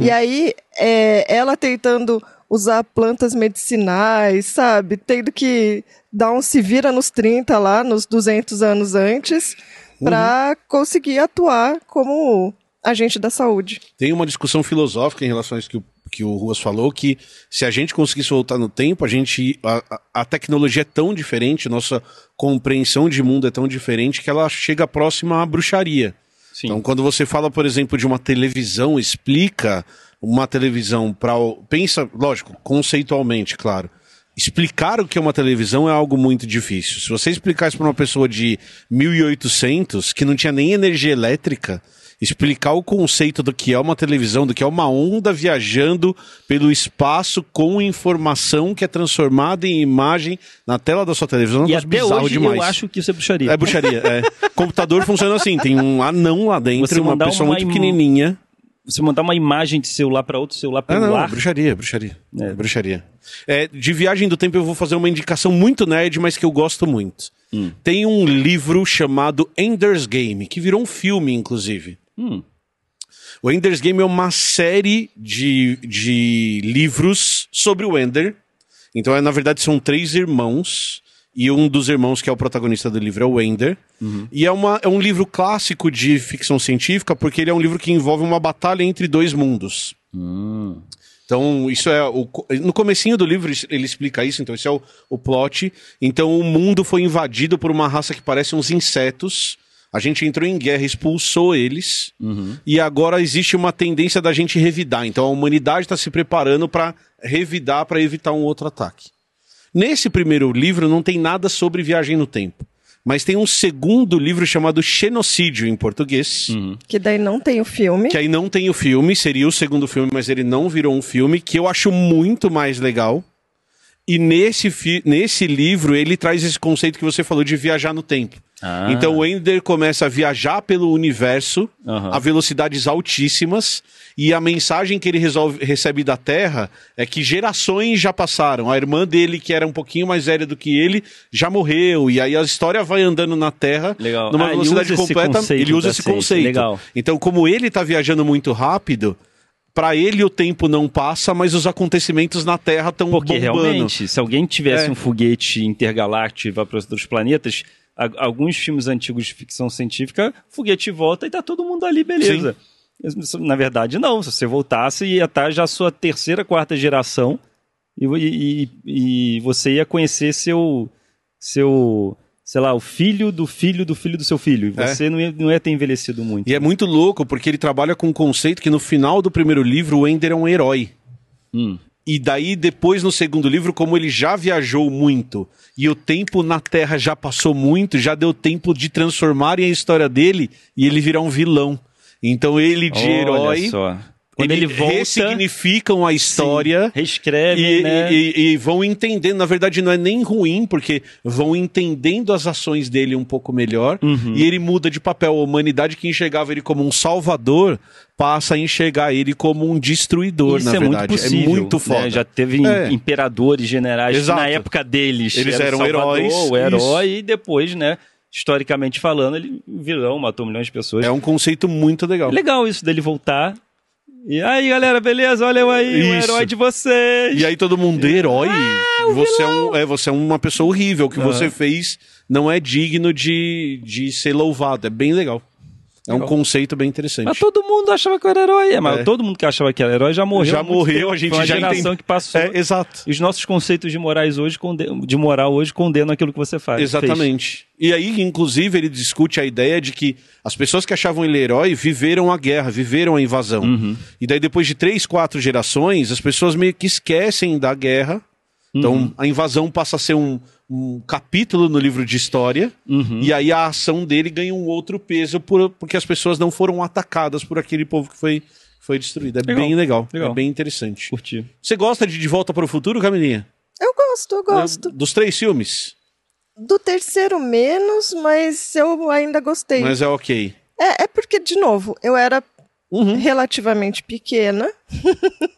S6: E aí, é, ela tentando usar plantas medicinais, sabe? Tendo que dar um se vira nos 30 lá, nos 200 anos antes, pra conseguir atuar como agente da saúde.
S5: Tem uma discussão filosófica em relação a isso que o, que o Ruas falou, que se a gente conseguisse voltar no tempo, a gente. A, a- a tecnologia é tão diferente, nossa compreensão de mundo é tão diferente que ela chega próxima à bruxaria.
S7: Sim.
S5: Então, quando você fala, por exemplo, de uma televisão explica uma televisão para pensa, lógico, conceitualmente, claro. Explicar o que é uma televisão é algo muito difícil. Se você explicar isso para uma pessoa de 1800 que não tinha nem energia elétrica, explicar o conceito do que é uma televisão, do que é uma onda viajando pelo espaço com informação que é transformada em imagem na tela da sua televisão, é um
S7: E
S5: negócio
S7: até
S5: bizarro
S7: hoje
S5: demais.
S7: eu acho que isso é bruxaria.
S5: É bruxaria, é. Computador funciona assim, tem um anão lá dentro,
S7: Você
S5: uma
S7: mandar
S5: pessoa
S7: uma
S5: muito
S7: im-
S5: pequenininha.
S7: Você mandar uma imagem de celular para outro celular
S5: Ah,
S7: pelo
S5: não,
S7: ar.
S5: bruxaria, bruxaria.
S7: É.
S5: Bruxaria. É, de Viagem do Tempo eu vou fazer uma indicação muito nerd, mas que eu gosto muito.
S7: Hum.
S5: Tem um livro chamado Ender's Game, que virou um filme, inclusive.
S7: Hum.
S5: O Ender's Game é uma série de, de livros sobre o Ender. Então, é, na verdade, são três irmãos. E um dos irmãos que é o protagonista do livro é o Ender.
S7: Uhum.
S5: E é, uma, é um livro clássico de ficção científica, porque ele é um livro que envolve uma batalha entre dois mundos. Então, isso é. O, co- no comecinho do livro isso- ele explica isso, então isso é o, o plot. Então, o mundo foi invadido por uma raça que parece uns insetos. A gente entrou em guerra, expulsou eles. E agora existe uma tendência da gente revidar. Então, a humanidade está se preparando para revidar, para evitar um outro ataque. Nesse primeiro livro não tem nada sobre viagem no tempo. Mas tem um segundo livro chamado Xenocídio, em português.
S6: Que daí não tem o filme.
S5: Que aí não tem o filme, seria o segundo filme, mas ele não virou um filme, que eu acho muito mais legal. E nesse, fi- nesse livro ele traz esse conceito que você falou de viajar no tempo.
S7: Ah.
S5: Então o Ender começa a viajar pelo universo
S7: Aham.
S5: a velocidades altíssimas e a mensagem que ele resolve- recebe da Terra é que gerações já passaram. A irmã dele, que era um pouquinho mais velha do que ele, já morreu. E aí a história vai andando na Terra
S7: Legal.
S5: numa
S7: Ah, ele
S5: velocidade
S7: usa esse
S5: completa.
S7: conceito
S5: Ele usa
S7: da
S5: esse
S7: ciência.
S5: conceito.
S7: Legal.
S5: Então, como ele tá viajando muito rápido, pra ele o tempo não passa, mas os acontecimentos na Terra estão bombando.
S7: Porque realmente, se alguém tivesse
S5: um É.
S7: um foguete intergaláctico e vai para outros planetas, a- alguns filmes antigos de ficção científica, o foguete volta e tá todo mundo ali, beleza. Na verdade, não. Se você voltasse, ia estar já a sua terceira, quarta geração e, vo- e- e- e você ia conhecer seu, seu, sei lá, o filho do filho do filho do seu filho. E
S5: É.
S7: você não, ia, não ia ter envelhecido muito.
S5: E é muito louco, porque ele trabalha com um conceito que no final do primeiro livro o Ender é um herói.
S7: Hum.
S5: E daí, depois, no segundo livro, como ele já viajou muito e o tempo na Terra já passou muito, já deu tempo de transformarem a história dele e ele virar um vilão. Então ele de
S7: Olha
S5: herói.
S7: só. Quando ele, volta,
S5: ressignificam a história.
S7: reescreve,
S5: E,
S7: né?
S5: e- e- e vão entendendo, na verdade não é nem ruim, porque vão entendendo as ações dele um pouco melhor,
S7: Uhum.
S5: e ele muda de papel. A humanidade que enxergava ele como um salvador passa a enxergar ele como um destruidor,
S7: Isso
S5: na
S7: é
S5: verdade.
S7: muito possível.
S5: é muito
S7: né?
S5: foda.
S7: Já teve im-
S5: É.
S7: imperadores, generais,
S5: Exato.
S7: que na época deles.
S5: Eles
S7: era o
S5: eram
S7: Salvador,
S5: heróis,
S7: O herói,
S5: isso.
S7: e depois, né? Historicamente falando, ele virou, matou milhões de pessoas.
S5: É um conceito muito legal.
S7: Legal isso dele voltar. E aí, galera, beleza? Olha eu aí, o
S5: Isso.
S7: herói de vocês.
S5: E aí todo mundo, herói,
S7: Ah,
S5: você, é um- é, você é uma pessoa horrível, o que você fez não é digno de, de ser louvado. É bem legal. É um conceito bem interessante.
S7: Mas todo mundo achava que eu era herói. É, Mas
S5: É.
S7: todo mundo que achava que era herói já morreu. há
S5: já
S7: muito
S5: morreu,
S7: tempo.
S5: a gente
S7: Foi uma
S5: já
S7: geração
S5: entendeu.
S7: que passou.
S5: É, exato.
S7: E Os nossos conceitos de morais hoje condenam, de moral hoje condenam aquilo que você faz. fez.
S5: Exatamente. E aí, inclusive, ele discute a ideia de que as pessoas que achavam ele herói viveram a guerra, viveram a invasão.
S7: Uhum.
S5: E daí, depois de três, quatro gerações, as pessoas meio que esquecem da guerra. Então,
S7: Uhum.
S5: a invasão passa a ser um, um capítulo no livro de história.
S7: Uhum.
S5: E aí, a ação dele ganha um outro peso por- porque as pessoas não foram atacadas por aquele povo que foi, foi destruído. É
S7: Legal.
S5: bem legal.
S7: Legal.
S5: É bem interessante.
S7: Curti.
S5: Você gosta de De Volta para o Futuro, Camilinha?
S6: Eu gosto, eu gosto.
S5: Dos três filmes?
S6: Do terceiro menos, mas eu ainda gostei.
S5: Mas é ok.
S6: É, é porque, de novo, eu era
S5: Uhum.
S6: relativamente pequena.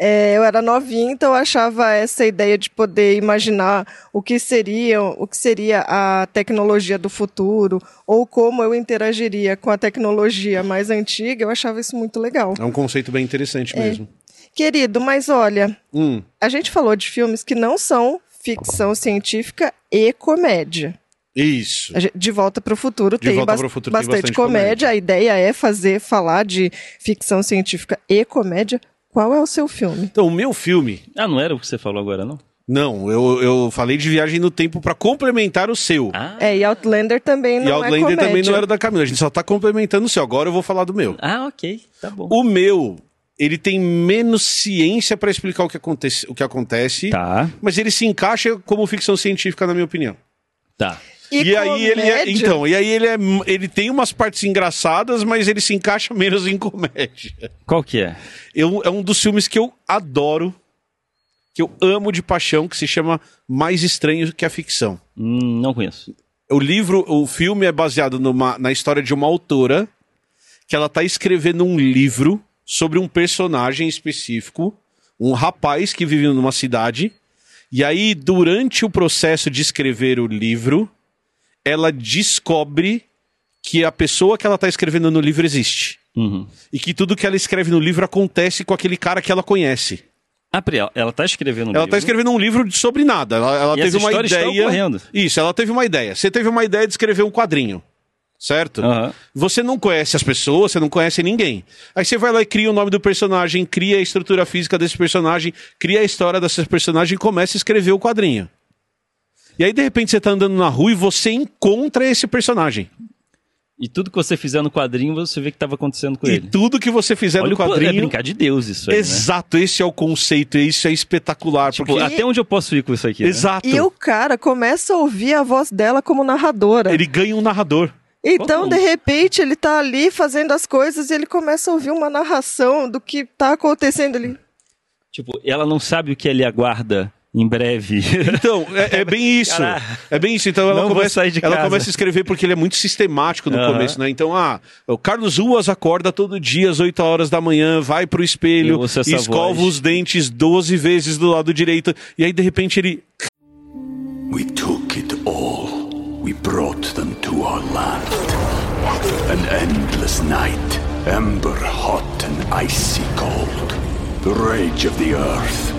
S6: É, eu era novinha, então eu achava essa ideia de poder imaginar o que seria, o que seria a tecnologia do futuro ou como eu interagiria com a tecnologia mais antiga, eu achava isso muito legal.
S5: É um conceito bem interessante
S6: É.
S5: mesmo.
S6: Querido, mas olha,
S5: Hum,
S6: a gente falou de filmes que não são ficção científica e comédia.
S5: isso.
S6: A gente- De Volta para o Futuro,
S5: De
S6: tem,
S5: Volta
S6: bas-
S5: pro Futuro tem
S6: bastante,
S5: bastante
S6: comédia.
S5: comédia.
S6: A ideia é fazer, falar de ficção científica e comédia. Qual é o seu filme?
S5: Então, o meu filme.
S7: Ah, não era o que você falou agora, não?
S5: Não, eu, eu falei de viagem no tempo pra complementar o seu.
S7: Ah,
S6: É, e Outlander também não
S5: e
S6: é
S5: Outlander
S6: comédia.
S5: também não era da Camila. A gente só tá complementando o seu. Agora eu vou falar do meu.
S7: ah ok. Tá Ah, bom.
S5: O meu ele tem menos ciência pra explicar o que acontece, o que acontece
S7: Tá,
S5: mas ele se encaixa como ficção científica, na minha opinião.
S7: tá.
S5: E, aí ele é,
S6: comédia?
S5: então, e aí ele é, ele tem umas partes engraçadas, mas ele se encaixa menos em comédia.
S7: Qual que é?
S5: Eu- é um dos filmes que eu adoro, que eu amo de paixão, que se chama Mais Estranho que a Ficção.
S7: Hum, não conheço.
S5: O livro, o filme é baseado numa- na história de uma autora que ela tá escrevendo um livro sobre um personagem específico, um rapaz que vive numa cidade. E aí, durante o processo de escrever o livro, ela descobre que a pessoa que ela tá escrevendo no livro existe.
S7: Uhum.
S5: E que tudo que ela escreve no livro acontece com aquele cara que ela conhece.
S7: Ah, peraí, ela- ela tá escrevendo um
S5: Ela
S7: livro.
S5: tá escrevendo um livro de- sobre nada. Ela, ela
S7: E
S5: teve
S7: essa
S5: uma
S7: história está
S5: ideia.
S7: ocorrendo.
S5: Isso, ela teve uma ideia. Você teve uma ideia de escrever um quadrinho. Certo?
S7: Aham.
S5: Você não conhece as pessoas, você não conhece ninguém. Aí você vai lá e cria o nome do personagem, cria a estrutura física desse personagem, cria a história desse personagem e começa a escrever o quadrinho. E aí, de repente, você tá andando na rua e você encontra esse personagem.
S7: E tudo que você fizer no quadrinho, você vê que tava acontecendo com
S5: e
S7: ele.
S5: tudo que você fizer
S7: Olha
S5: no
S7: o po- É
S5: quadrinho.
S7: brincar de Deus isso aí, né?
S5: Exato, esse é o conceito, isso é espetacular.
S7: Tipo,
S5: porque...
S7: até onde eu posso ir com isso aqui? né?
S5: Exato.
S6: E o cara começa a ouvir a voz dela como narradora.
S5: Ele ganha um narrador.
S6: Então,
S7: Quanto-
S6: de repente, ele tá ali fazendo as coisas e ele começa a ouvir uma narração do que tá acontecendo ali.
S7: Tipo, ela não sabe o que ele aguarda em breve.
S5: Então, é, é bem isso.
S7: Caralho.
S5: É bem isso. Então ela,
S7: Não vou
S5: começa,
S7: sair de
S5: ela
S7: casa.
S5: começa a escrever porque ele é muito sistemático no
S7: Aham.
S5: começo, né? Então, ah, o Carlos Ruas acorda todo dia às 8 horas da manhã, vai pro
S7: Eu
S5: espelho,
S7: ouço essa
S5: escova
S7: voz.
S5: os dentes 12 vezes do lado direito, e aí de repente ele.
S1: We took it all. We brought them to our land. An endless night, ember hot and icy cold. The rage of the earth.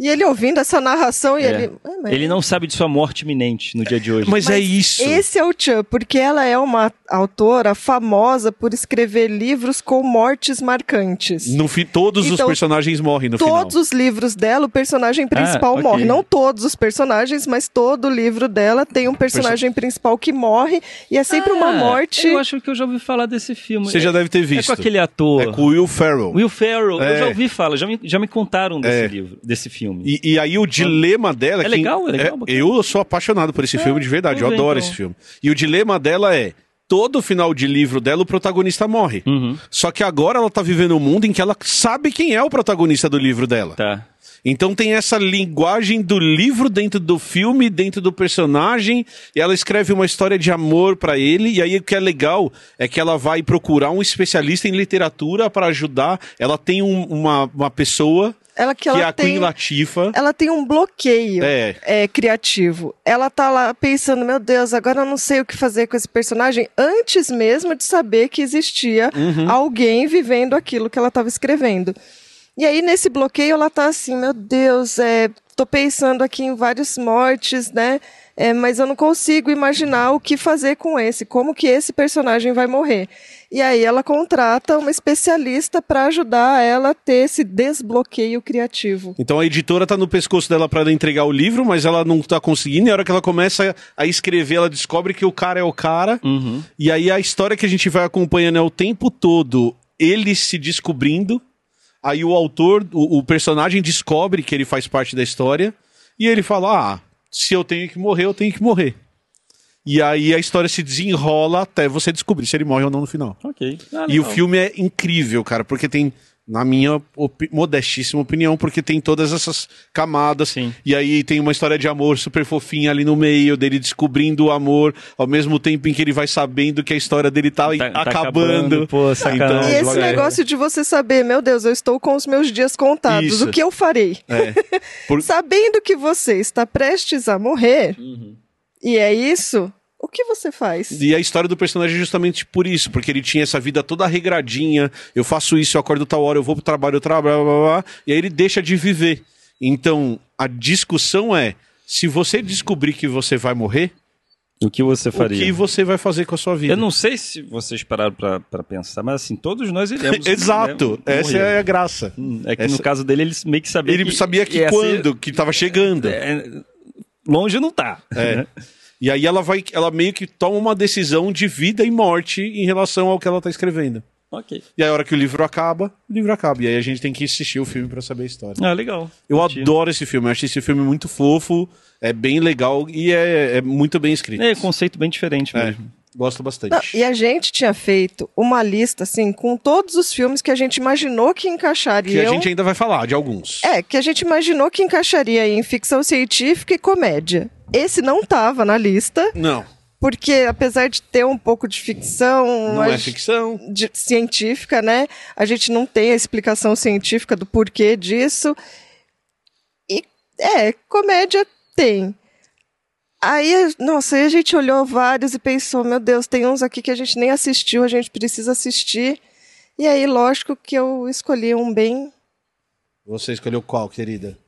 S6: E ele ouvindo essa narração e
S7: É.
S6: ele. "Ah, mas-
S7: Ele não sabe de sua morte iminente no dia de hoje.
S5: Mas, é isso.
S6: Esse é o Chan, porque ela é uma autora famosa por escrever livros com mortes marcantes.
S5: No fi... Todos os
S6: Então,
S5: personagens morrem no
S6: todos
S5: final. Ah,
S6: os livros dela, o personagem principal
S7: ok.
S6: morre. Não todos os personagens, mas todo livro dela tem um personagem principal que morre e é sempre uma
S7: Ah,
S6: morte.
S7: Eu acho que eu já ouvi falar desse filme.
S5: Você já
S7: É-
S5: deve ter
S7: É
S5: visto.
S7: com aquele ator.
S5: É com o Will Ferrell.
S7: Will Ferrell. Eu
S5: É.
S7: já ouvi falar, já me, já me contaram desse
S5: É.
S7: livro, desse filme.
S5: E, e aí o dilema dela
S7: É
S5: que-
S7: legal, é legal, bacana.
S5: eu sou apaixonado por esse filme de verdade, eu
S7: vamos ver,
S5: adoro
S7: então.
S5: esse filme. E o dilema dela é todo final de livro dela o protagonista morre.
S7: Uhum.
S5: Só que agora ela tá vivendo um mundo em que ela sabe quem é o protagonista do livro dela.
S7: Tá.
S5: Então tem essa linguagem do livro dentro do filme, dentro do personagem, e ela escreve uma história de amor pra ele, e aí o que é legal é que ela vai procurar um especialista em literatura pra ajudar. Ela tem um- uma, uma pessoa
S6: Ela que
S5: que,
S6: ela
S5: é a
S6: tem.
S5: Queen Latifa.
S6: Ela tem um bloqueio
S5: É.
S6: é, criativo. Ela tá lá pensando, meu Deus, agora eu não sei o que fazer com esse personagem, antes mesmo de saber que existia alguém vivendo aquilo que ela estava escrevendo. E aí, nesse bloqueio, ela tá assim, meu Deus, é, tô pensando aqui em várias mortes, né? É, mas eu não consigo imaginar o que fazer com esse, como que esse personagem vai morrer. E aí ela contrata uma especialista para ajudar ela a ter esse desbloqueio criativo.
S5: Então a editora tá no pescoço dela pra ela entregar o livro, mas ela não tá conseguindo. E a hora que ela começa a escrever, ela descobre que o cara é o cara. E aí a história que a gente vai acompanhando é o tempo todo ele se descobrindo. Aí o autor, o, o personagem descobre que ele faz parte da história. E ele fala: Ah, se eu tenho que morrer, eu tenho que morrer. E aí a história se desenrola até você descobrir se ele morre ou não no final.
S7: Ok. Ah,
S5: E o
S7: legal.
S5: filme é incrível, cara, porque tem, na minha opi- modestíssima opinião, porque tem todas essas camadas.
S7: Sim.
S5: E aí tem uma história de amor super fofinha ali no meio, dele descobrindo o amor, ao mesmo tempo em que ele vai sabendo que a história dele tá,
S7: Tá- tá
S5: acabando.
S7: acabando, pô,
S5: Então,
S7: sacanagem.
S6: E esse
S5: é.
S6: negócio de você saber, meu Deus, eu estou com os meus dias contados,
S5: Isso.
S6: o que eu farei?
S5: É. Por-
S6: Sabendo que você está prestes a morrer, e é isso, o que você faz?
S5: E a história do personagem é justamente por isso, porque ele tinha essa vida toda regradinha, eu faço isso, eu acordo tal hora, eu vou pro trabalho, eu trabalho, blá, blá, blá, e aí ele deixa de viver. Então, a discussão é, se você descobrir que você vai morrer,
S7: O que você
S5: O
S7: faria?
S5: que você vai fazer com a sua vida?
S7: Eu não sei se vocês pararam pra, pra pensar, mas assim, todos nós iremos.
S5: Exato,
S7: né,
S5: essa
S7: morrer.
S5: é a graça.
S7: É que
S5: essa-
S7: no caso dele, ele meio que sabia
S5: Ele
S7: que...
S5: sabia que
S7: ia ser-
S5: quando, que tava chegando.
S7: é, longe não tá.
S5: É.
S7: né?
S5: E aí ela vai, ela meio que toma uma decisão de vida e morte em relação ao que ela tá escrevendo.
S7: Ok.
S5: E aí, a hora que o livro acaba, o livro acaba. E aí a gente tem que assistir o filme pra saber a história.
S7: Ah, legal.
S5: Eu
S7: Curti.
S5: adoro esse filme, eu achei esse filme muito fofo, é bem legal e é, é muito bem escrito.
S7: É, conceito bem diferente
S5: É,
S7: mesmo.
S5: gosto bastante.
S6: Não, e a gente tinha feito uma lista, assim, com todos os filmes que a gente imaginou que encaixariam.
S5: que a gente ainda vai falar de alguns.
S6: É, que a gente imaginou que encaixaria em ficção científica e comédia. Esse não tava na lista,
S5: Não,
S6: porque apesar de ter um pouco de ficção.
S5: não
S6: a
S5: é
S6: gente-
S5: ficção.
S6: de- científica, né? A gente não tem a explicação científica do porquê disso. E é, comédia tem. Aí, nossa, aí a gente olhou vários e pensou, meu Deus, tem uns aqui que a gente nem assistiu, a gente precisa assistir. E aí, lógico que eu escolhi um bem.
S5: Você escolheu qual, querida?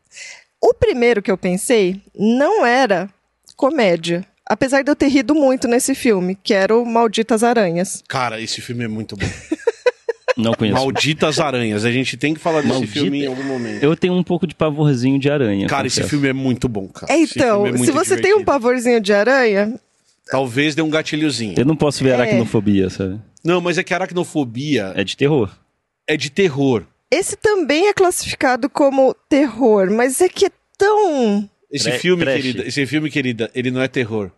S6: O primeiro que eu pensei não era comédia. Apesar de eu ter rido muito nesse filme, que era o Malditas Aranhas.
S5: Cara, esse filme é muito bom.
S7: Não conheço.
S5: Malditas Aranhas. A gente tem que falar desse
S7: Maldita-
S5: filme em algum momento.
S7: Eu tenho um pouco de pavorzinho de aranha.
S5: Cara, esse
S7: confesso.
S5: filme é muito bom, cara.
S6: É,
S5: Esse
S6: então,
S5: filme é muito
S6: se você tem um
S5: divertido.
S6: pavorzinho de aranha,
S5: Talvez dê um gatilhozinho.
S7: Eu não posso ver aracnofobia, sabe?
S5: Não, mas é que a aracnofobia
S7: É de terror.
S5: é de terror.
S6: Esse também é classificado como terror, mas é que é tão.
S5: Esse
S7: Tre-
S5: filme,
S7: trash.
S5: querida, esse filme, querida, ele não é terror.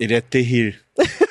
S5: Ele é terrir.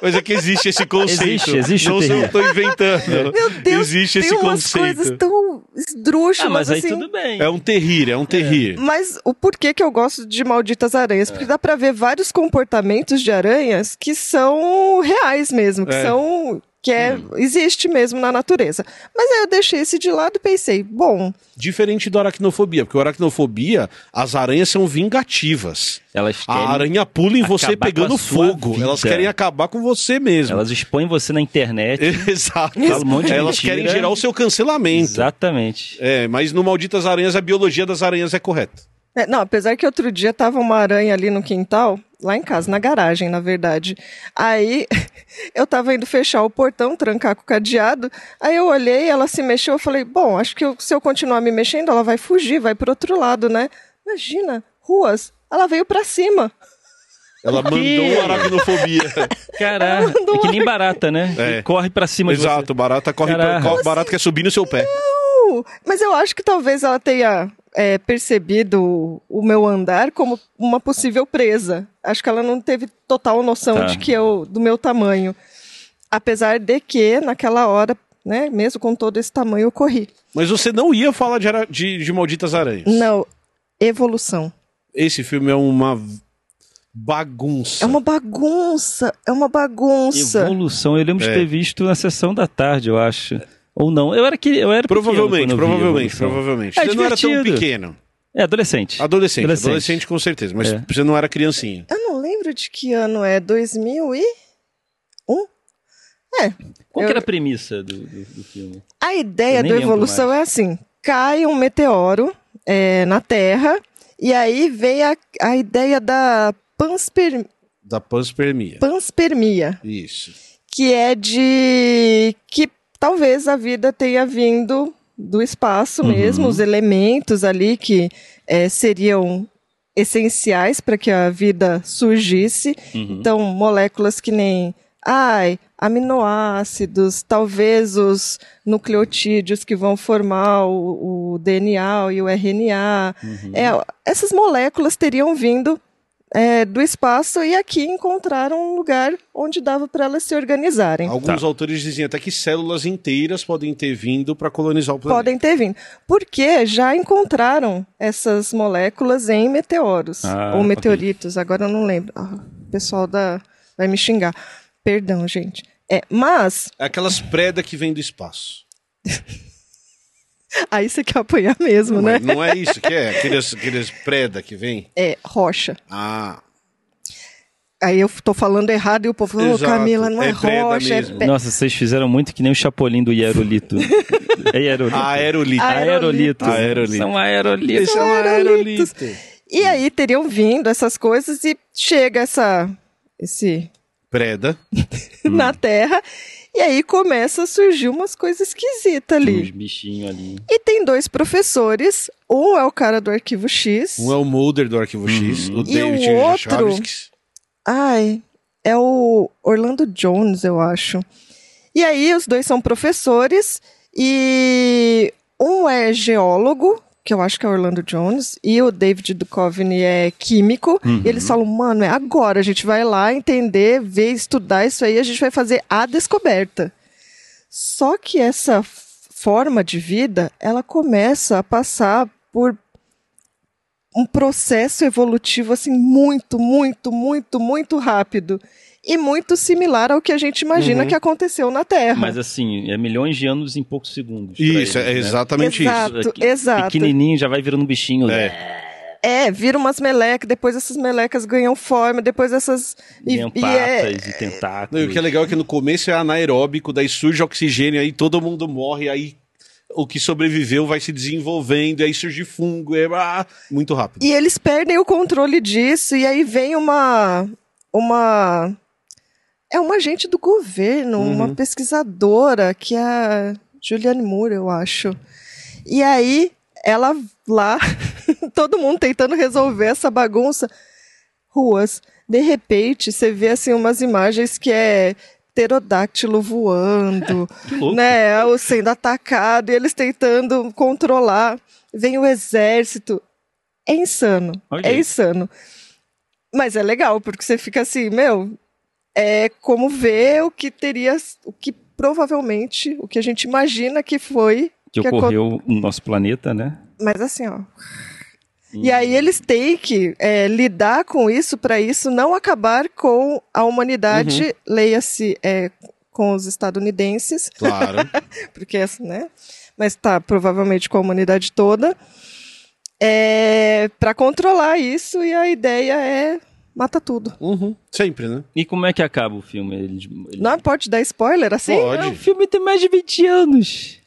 S5: Mas é que existe esse conceito.
S7: Existe, existe o
S5: não,
S7: terrir.
S5: eu tô inventando.
S6: Meu Deus,
S5: existe
S6: tem
S5: esse
S6: umas
S5: conceito.
S6: coisas tão esdrúxulas
S7: Ah, mas aí
S6: assim.
S7: tudo bem.
S5: É um terrir, é um terrir.
S6: Mas o porquê que eu gosto de Malditas Aranhas?
S7: É.
S6: Porque dá pra ver vários comportamentos de aranhas que são reais mesmo, que
S5: É.
S6: são. que é,
S7: Hum.
S6: existe mesmo na natureza. Mas aí eu deixei esse de lado e pensei, bom,
S5: Diferente da aracnofobia, porque a aracnofobia, as aranhas são vingativas.
S7: Elas querem...
S5: A aranha pula em você
S7: acabar com
S5: pegando
S7: a sua
S5: fogo.
S7: vida.
S5: Elas querem acabar com você mesmo.
S7: Elas expõem você na internet.
S5: Exato.
S7: Fala um monte de
S5: Elas
S7: mentira.
S5: querem gerar o seu cancelamento.
S7: Exatamente.
S5: É, mas no Malditas Aranhas a biologia das aranhas é correta.
S6: É, não, apesar que outro dia tava uma aranha ali no quintal, lá em casa, na garagem, na verdade. Aí eu tava indo fechar o portão, trancar com o cadeado. Aí eu olhei, ela se mexeu, eu falei, bom, acho que eu- se eu continuar me mexendo, ela vai fugir, vai pro outro lado, né? Imagina, ruas. Ela veio pra cima.
S5: Ela
S7: quê?
S5: mandou aracnofobia.
S7: Caralho, é que nem barata, né?
S5: É.
S7: Que corre pra cima
S5: Exato, barata corre,
S7: Caraca.
S5: corre- barata quer subir no seu pé.
S6: Uh, mas eu acho que talvez ela tenha é, percebido o meu andar como uma possível presa. Acho que ela não teve total noção
S7: Tá.
S6: de que eu, do meu tamanho. Apesar de que, naquela hora, né, mesmo com todo esse tamanho, eu corri.
S5: Mas você não ia falar de, ara- de- de Malditas Aranhas.
S6: Não, evolução.
S5: Esse filme é uma bagunça.
S6: É uma bagunça, é uma
S7: de você.
S6: bagunça.
S7: Evolução. Eu lembro
S5: É.
S7: de ter visto na sessão da tarde, eu acho. Ou não. Eu era que eu era pequeno
S5: Provavelmente,
S7: quando eu vi
S5: provavelmente,
S7: Evolução.
S5: provavelmente.
S7: É
S5: você não era tão
S7: divertido.
S5: pequeno.
S7: É adolescente.
S5: Adolescente, adolescente,
S7: Adolescente.
S5: com certeza, mas
S7: É.
S5: você não era criancinha.
S6: Eu não lembro de que ano é, 2001? É,
S7: Qual que
S6: Eu-
S7: era a premissa do, do- do filme?
S6: A
S7: Eu
S6: ideia
S7: nem
S6: do
S7: lembro
S6: Evolução é assim: cai um meteoro é, na Terra, e aí vem a, a ideia da pansper-
S5: Da panspermia.
S6: panspermia,
S5: Isso.
S6: que é de que talvez a vida tenha vindo do espaço
S7: Uhum.
S6: mesmo, os elementos ali que é, seriam essenciais para que a vida surgisse.
S7: Uhum.
S6: Então, moléculas que nem ai, aminoácidos, talvez os nucleotídeos que vão formar o, o DNA e o RNA. É, essas moléculas teriam vindo é, do espaço e aqui encontraram um lugar onde dava para elas se organizarem.
S5: Alguns autores dizem até que células inteiras podem ter vindo para colonizar o planeta.
S6: Podem ter vindo. Porque já encontraram essas moléculas em meteoros.
S7: Ah,
S6: ou
S7: ok.
S6: meteoritos, agora eu não lembro. Ah, o pessoal da... vai me xingar. Perdão, gente. É, mas,
S5: É Aquelas predas que vêm do espaço.
S6: aí você quer apanhar mesmo,
S5: Não é-
S6: né?
S5: Não é isso que é? Aqueles, aqueles preda que vem?
S6: É, rocha.
S5: Ah,
S6: Aí eu tô falando errado e o povo, ô,
S5: Exato.
S6: Camila, não é,
S5: É preda
S6: rocha, é
S5: mesmo.
S6: pe-
S7: Nossa, vocês fizeram muito que nem o Chapolin do Hierolito. é Hierolito.
S5: aerolito.
S6: Ah,
S7: Aerolito.
S5: Aerolito.
S7: São aerolitos.
S5: Esse é um aerolito.
S6: E aí teriam vindo essas coisas e chega essa esse
S5: Preda. Hum.
S6: na Terra. E aí começa a surgir umas coisas esquisitas
S7: Tem Uns
S6: ali.
S7: bichinhos ali.
S6: E tem dois professores. Um é o cara do arquivo X.
S5: Um é o Mulder do Arquivo X, o
S6: E
S5: David
S6: o outro-
S5: Jachovsky.
S6: Ai, é o Orlando Jones, eu acho. E aí, os dois são professores e um é geólogo, que eu acho que é o Orlando Jones, e o David Duchovny é químico. E
S5: Uhum.
S6: eles falam, mano, é agora, a gente vai lá entender, ver, estudar isso aí, a gente vai fazer a descoberta. Só que essa f- forma de vida, ela começa a passar por um processo evolutivo assim muito, muito, muito, muito rápido e muito similar ao que a gente imagina que aconteceu na Terra.
S7: Uhum. Mas assim, é milhões de anos em poucos segundos. pra eles,
S5: Isso, é
S7: né?
S5: exatamente isso.
S6: Exato,
S7: Aqui,
S6: exato.
S7: Pequenininho, já vai virando um bichinho.
S5: É.
S6: É, viram umas melecas, depois essas melecas ganham forma, depois essas
S7: E,
S6: e, e é,
S7: patas, e tentáculos.
S5: Não, e o que é legal é que no começo é anaeróbico, daí surge oxigênio, aí todo mundo morre, aí o que sobreviveu vai se desenvolvendo, aí surge fungo, é ah, muito rápido.
S6: e eles perdem o controle disso e aí vem uma uma é uma agente do governo, uma pesquisadora que é a Juliane Moore, eu acho. E aí ela lá, todo mundo tentando resolver essa bagunça, ruas. De repente, você vê assim umas imagens que é pterodáctilo voando,
S7: louco.
S6: né, ou sendo atacado e eles tentando controlar. Vem o exército. É insano.
S7: Olha
S6: é
S7: aí.
S6: insano. Mas é legal porque você fica assim, meu, é como ver o que teria, o que provavelmente, o que a gente imagina que foi
S7: Que
S6: acon-
S7: ocorreu no nosso planeta, né?
S6: mas assim, ó. E
S7: Uhum.
S6: aí eles têm que é, lidar com isso para isso não acabar com a humanidade,
S7: Uhum.
S6: leia-se é, com os estadunidenses,
S5: Claro.
S6: porque assim, né? Mas tá provavelmente com a humanidade toda. É, para controlar isso e a ideia é mata tudo.
S5: Uhum. Sempre, né?
S7: E como é que acaba o filme? Eles, eles-
S6: Não pode dar spoiler assim?
S5: Pode.
S7: Ah, O filme tem mais de 20 anos.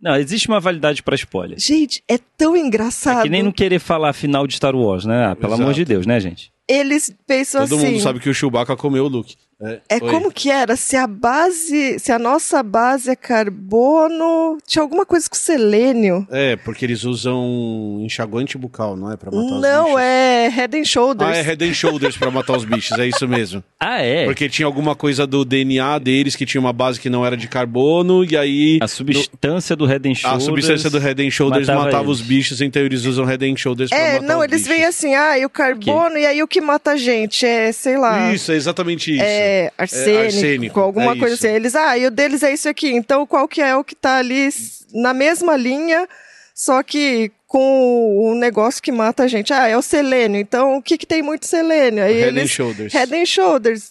S7: Não, existe uma validade pra spoiler.
S6: Gente, é tão engraçado.
S7: É que nem não querer falar final de Star Wars, né? Ah, pelo
S5: Exato.
S7: amor de Deus, né, gente?
S6: Eles pensam
S5: Todo
S6: assim.
S5: mundo sabe que o Chewbacca comeu o Luke. É,
S6: É
S5: Oi.
S6: como que era? Se a base, se a nossa base é carbono, tinha alguma coisa com selênio.
S5: É, porque eles usam enxaguante bucal, não é? Pra matar os bichos.
S6: Não, é Head and Shoulders.
S5: Ah, é Head and Shoulders pra matar os bichos, é isso mesmo.
S7: Ah, é?
S5: Porque tinha alguma coisa do DNA deles que tinha uma base que não era de carbono, e aí
S7: A substância do Head and
S5: a
S7: Shoulders.
S5: Ah, substância do Head and Shoulders matava,
S7: matava
S5: os
S7: eles.
S5: bichos, então eles usam Head and Shoulders pra
S6: É,
S5: matar
S6: não,
S5: os
S6: eles
S5: bichos.
S6: veem assim, ah, e o carbono, e aí o que mata a gente? É, sei lá.
S5: Isso, é exatamente isso.
S6: É, arsênico,
S5: arsênico,
S6: alguma
S5: é
S6: coisa
S5: isso.
S6: assim. Eles, ah, e o deles é isso aqui. Então, qual que é o que tá ali s- na mesma linha, só que com o negócio que mata a gente? Ah, é o selênio. Então, o que que tem muito selênio? Aí
S5: Head and
S6: eles...
S5: Shoulders.
S6: Head and Shoulders.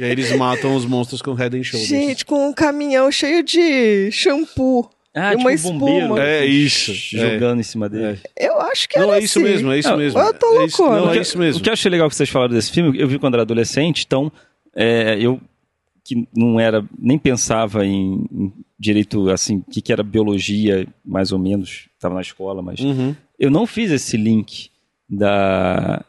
S5: E aí eles matam os monstros com Head and Shoulders.
S6: Gente, com um caminhão cheio de shampoo.
S7: Ah,
S6: e
S7: tipo
S6: uma
S7: um bombeiro.
S6: espuma.
S5: É isso, é.
S7: Jogando em cima dele.
S6: Eu acho que
S5: não,
S6: era
S5: é isso
S6: assim.
S5: mesmo, é isso
S7: Ah,
S5: mesmo.
S6: eu tô
S5: É isso-
S6: loucona.
S5: não,
S6: O
S5: é
S6: que-
S5: isso mesmo.
S7: O que eu achei legal que vocês falaram desse filme, eu vi quando era adolescente, então é, eu que não era, nem pensava em, em direito, assim, o que, que era biologia, mais ou menos, estava na escola, mas
S5: Uhum.
S7: eu não fiz esse link da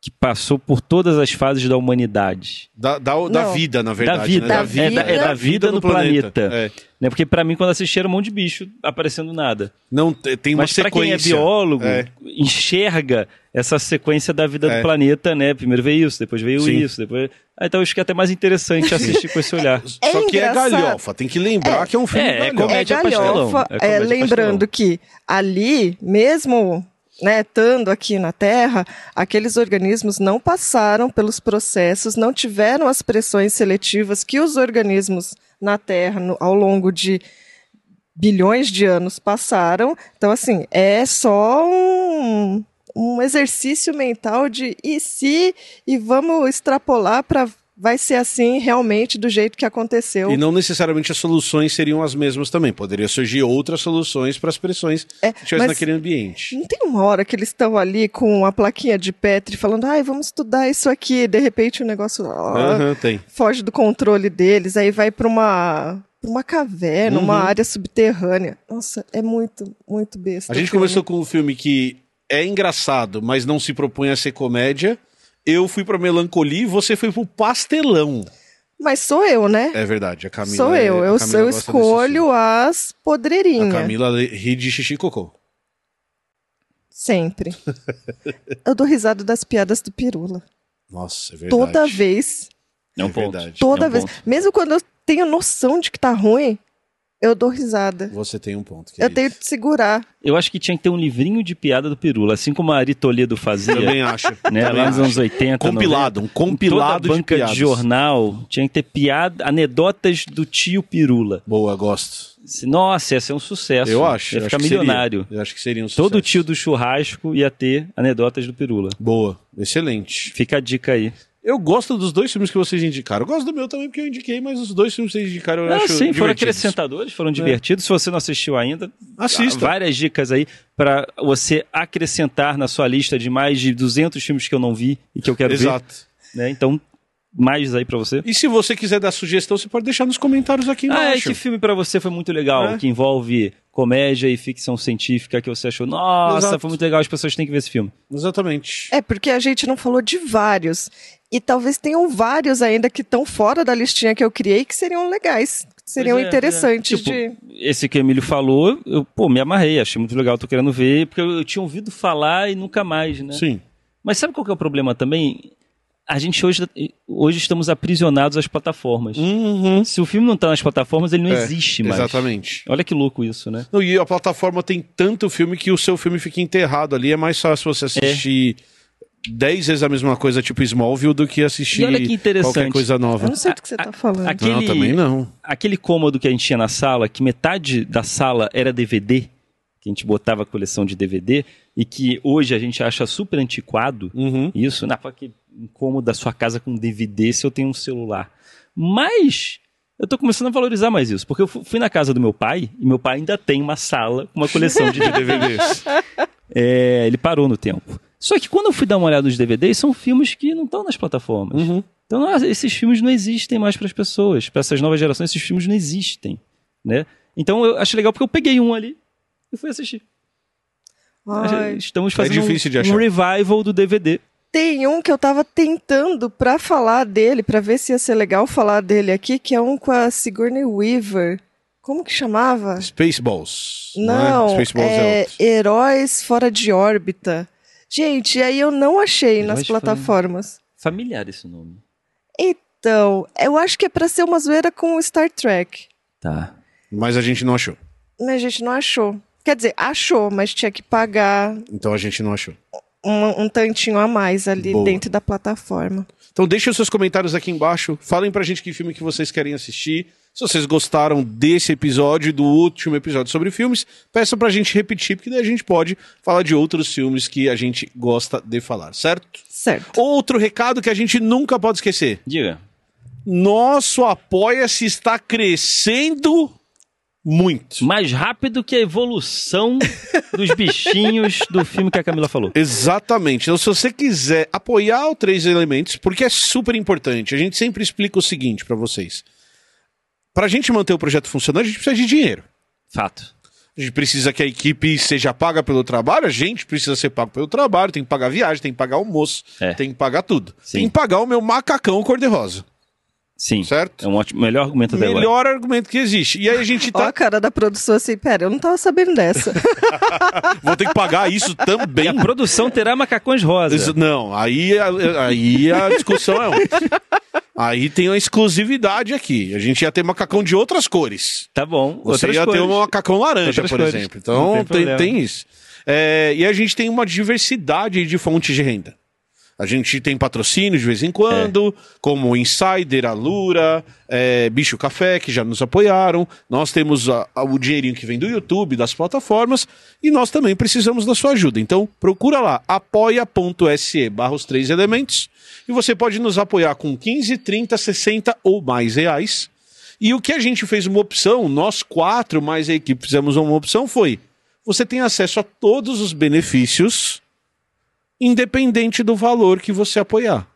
S7: que passou por todas as fases da humanidade.
S5: Da, da, da
S6: Não.
S5: vida, na verdade.
S7: Da vida.
S5: né?
S6: Da vida.
S5: É, da vida no planeta. É.
S7: Né? Porque pra mim, quando assisti, era um monte de bicho aparecendo nada.
S5: Não, te- tem uma
S7: Mas pra quem é
S5: sequência.
S7: biólogo,
S5: É.
S7: enxerga essa sequência da vida
S5: É.
S7: do planeta, né? Primeiro veio isso, depois veio
S5: Sim.
S7: isso, depois. Ah, então eu acho que é até mais interessante assistir com esse olhar.
S6: É
S5: Só que é
S6: engraçado.
S5: galhofa. Tem que lembrar que é um filme
S7: É, é
S5: galhofa.
S7: como-
S6: É
S7: Comédia
S6: galhofa,
S7: pastelão, é comédia
S6: é, lembrando que ali, mesmo né, estando aqui na Terra, aqueles organismos não passaram pelos processos, não tiveram as pressões seletivas que os organismos na Terra, no- ao longo de bilhões de anos, passaram. Então, assim, é só um, um exercício mental de e se, e vamos extrapolar para vai ser assim realmente do jeito que aconteceu.
S5: E não necessariamente as soluções seriam as mesmas também. Poderia surgir outras soluções para as pressões
S6: É,
S5: que tivessem
S6: mas-
S5: naquele ambiente.
S6: Não tem uma hora que eles estão ali com a plaquinha de Petri falando, ai, vamos estudar isso aqui, e de repente o negócio ó,
S5: Aham, tem.
S6: foge do controle deles, aí vai para uma pra uma caverna, uma
S5: Uhum.
S6: área subterrânea. Nossa, é muito, muito besta.
S5: A gente
S6: o filme.
S5: começou com um filme que é engraçado, mas não se propõe a ser comédia. eu fui pra melancolia e você foi pro pastelão.
S6: Mas sou eu, né?
S5: É verdade, a Camila.
S6: sou
S5: é-
S6: eu.
S5: a
S6: Eu,
S5: Camila
S6: eu
S5: gosta desse
S6: escolho as
S5: filme. A
S6: podreirinhas.
S5: Camila le- ri de xixi e cocô.
S6: Sempre. eu dou risada das piadas do Pirula.
S5: Nossa, é verdade.
S6: Toda vez.
S7: É um ponto.
S5: verdade.
S6: Toda
S7: É um
S6: vez.
S7: ponto.
S6: Mesmo quando eu tenho noção de que tá ruim, eu dou risada.
S5: Você tem um ponto.
S6: eu tenho que segurar.
S7: Eu acho que tinha que ter um livrinho de piada do Pirula, assim como a Ari Toledo fazia,
S5: Também acho. também
S7: né? Lá nos
S5: acho.
S7: anos 80, 90.
S5: Compilado, um
S7: Toda
S5: compilado
S7: banca
S5: de
S7: de,
S5: piadas.
S7: jornal tinha que ter piada, anedotas do tio Pirula.
S5: Boa, gosto.
S7: Se- Nossa, ia ser um sucesso.
S5: eu acho.
S7: Ia
S5: eu
S7: ficar
S5: acho que
S7: milionário.
S5: Seria, eu acho que seria um sucesso.
S7: Todo tio do churrasco ia ter anedotas do Pirula.
S5: Boa, excelente.
S7: Fica a dica aí.
S5: Eu gosto dos dois filmes que vocês indicaram. Eu gosto do meu também, porque eu indiquei, mas os dois filmes que vocês indicaram eu
S7: Ah,
S5: acho
S7: sim, foram
S5: divertidos.
S7: acrescentadores, foram divertidos. Se você não assistiu ainda,
S5: Assista.
S7: há várias dicas aí para você acrescentar na sua lista de mais de 200 filmes que eu não vi e que eu quero
S5: Exato.
S7: ver. né? Então, mais aí para você.
S5: E se você quiser dar sugestão, você pode deixar nos comentários aqui
S7: Ah, é,
S5: embaixo.
S7: que filme pra você foi muito legal,
S5: É.
S7: que envolve comédia e ficção científica, que você achou, nossa,
S5: Exato.
S7: foi muito legal, as pessoas têm que ver esse filme.
S5: Exatamente.
S6: É, porque a gente não falou de vários. E talvez tenham vários ainda que estão fora da listinha que eu criei que seriam legais. Que seriam
S7: Pois é,
S6: interessantes
S7: Tipo,
S6: de.
S7: esse que o Emílio falou, eu, pô, me amarrei, achei muito legal, tô querendo ver, porque eu, eu tinha ouvido falar e nunca mais, né?
S5: Sim.
S7: Mas sabe qual que é o problema também? A gente hoje, hoje estamos aprisionados às plataformas.
S5: Uhum.
S7: Se o filme não tá nas plataformas, ele não
S5: É,
S7: existe mais.
S5: Exatamente.
S7: Olha que louco isso, né?
S5: Não, E a plataforma tem tanto filme que o seu filme fica enterrado ali. É mais fácil você assistir 10 vezes a mesma coisa, tipo Smallville, do que assistir
S7: E olha que interessante.
S5: qualquer coisa nova.
S6: Eu não sei do que você tá falando.
S7: aqui-
S5: Não,
S7: Aquele-
S5: também não.
S7: aquele cômodo que a gente tinha na sala, que metade da sala era DVD, que a gente botava a coleção de DVD, e que hoje a gente acha super antiquado,
S5: Uhum.
S7: isso, né? na que incômodo da sua casa com DVD se eu tenho um celular. Mas eu tô começando a valorizar mais isso, porque eu fu- fui na casa do meu pai, e meu pai ainda tem uma sala com uma coleção de DVD.
S5: DVDs.
S7: É, ele parou no tempo. Só que quando eu fui dar uma olhada nos DVDs, são filmes que não estão nas plataformas. Então, nossa, esses filmes não existem mais para as pessoas. Para essas novas gerações, esses filmes não existem. Né? Então, eu acho legal porque eu peguei um ali e fui assistir.
S6: Ai,
S7: Estamos fazendo
S5: difícil
S7: um,
S5: de achar.
S7: um revival do DVD.
S6: Tem um que eu tava tentando pra falar dele, pra ver se ia ser legal falar dele aqui, que é um com a Sigourney Weaver. Como que chamava?
S5: Spaceballs.
S6: Não,
S5: é? Spaceballs é,
S6: é
S5: outro.
S6: Heróis Fora de Órbita. Gente, aí eu não achei
S7: Heróis
S6: nas
S7: Fora-
S6: plataformas.
S7: Familiar esse nome.
S6: Então, eu acho que é pra ser uma zoeira com o Star Trek.
S7: Tá.
S5: Mas a gente não achou.
S6: Mas a gente não achou. Quer dizer, achou, mas tinha que pagar
S5: Então a gente não achou.
S6: um, um tantinho a mais ali
S5: Boa.
S6: dentro da plataforma.
S5: Então deixem os seus comentários aqui embaixo. Falem pra gente que filme que vocês querem assistir. Se vocês gostaram desse episódio e do último episódio sobre filmes, peçam pra gente repetir, porque daí a gente pode falar de outros filmes que a gente gosta de falar, certo?
S6: Certo.
S5: Outro recado que a gente nunca pode esquecer.
S7: Diga.
S5: Nosso Apoia-se está crescendo muito.
S7: Mais rápido que a evolução dos bichinhos do filme que a Camila falou.
S5: Exatamente. Então, se você quiser apoiar o Três Elementos, porque é super importante, a gente sempre explica o seguinte pra vocês. Pra gente manter o projeto funcionando, a gente precisa de dinheiro.
S7: Fato.
S5: A gente precisa que a equipe seja paga pelo trabalho, a gente precisa ser pago pelo trabalho, tem que pagar viagem, tem que pagar almoço,
S7: É.
S5: tem que pagar tudo.
S7: Sim.
S5: Tem que pagar o meu macacão cor-de-rosa,
S7: Sim.
S5: certo?
S7: É um ótimo, melhor argumento dela.
S5: Melhor argumento que existe. E aí a gente
S6: Ó
S5: tá.
S6: a cara da produção assim, pera, eu não tava sabendo dessa.
S5: Vou ter que pagar isso
S7: E
S5: também.
S7: a produção terá macacões rosa.
S5: Isso- Não, aí a, aí a discussão é outra. Aí tem a exclusividade aqui. A gente ia ter macacão de outras cores.
S7: Tá bom.
S5: Você
S7: outras
S5: ia ter
S7: cores.
S5: um macacão laranja,
S7: Outras
S5: por
S7: cores.
S5: exemplo.
S7: Não
S5: Então tem,
S7: tem problema.
S5: tem isso. É, e a gente tem uma diversidade de fontes de renda. A gente tem patrocínio de vez em quando, como o Insider, a Lura, é, Bicho Café, que já nos apoiaram. Nós temos a- a- o dinheirinho que vem do YouTube, das plataformas, e nós também precisamos da sua ajuda. Então, procura lá, apoia.se barra os três elementos, e você pode nos apoiar com 15, 30, 60 ou mais reais. E o que a gente fez uma opção, nós quatro mais a equipe fizemos uma opção, foi você tem acesso a todos os benefícios independente do valor que você apoiar.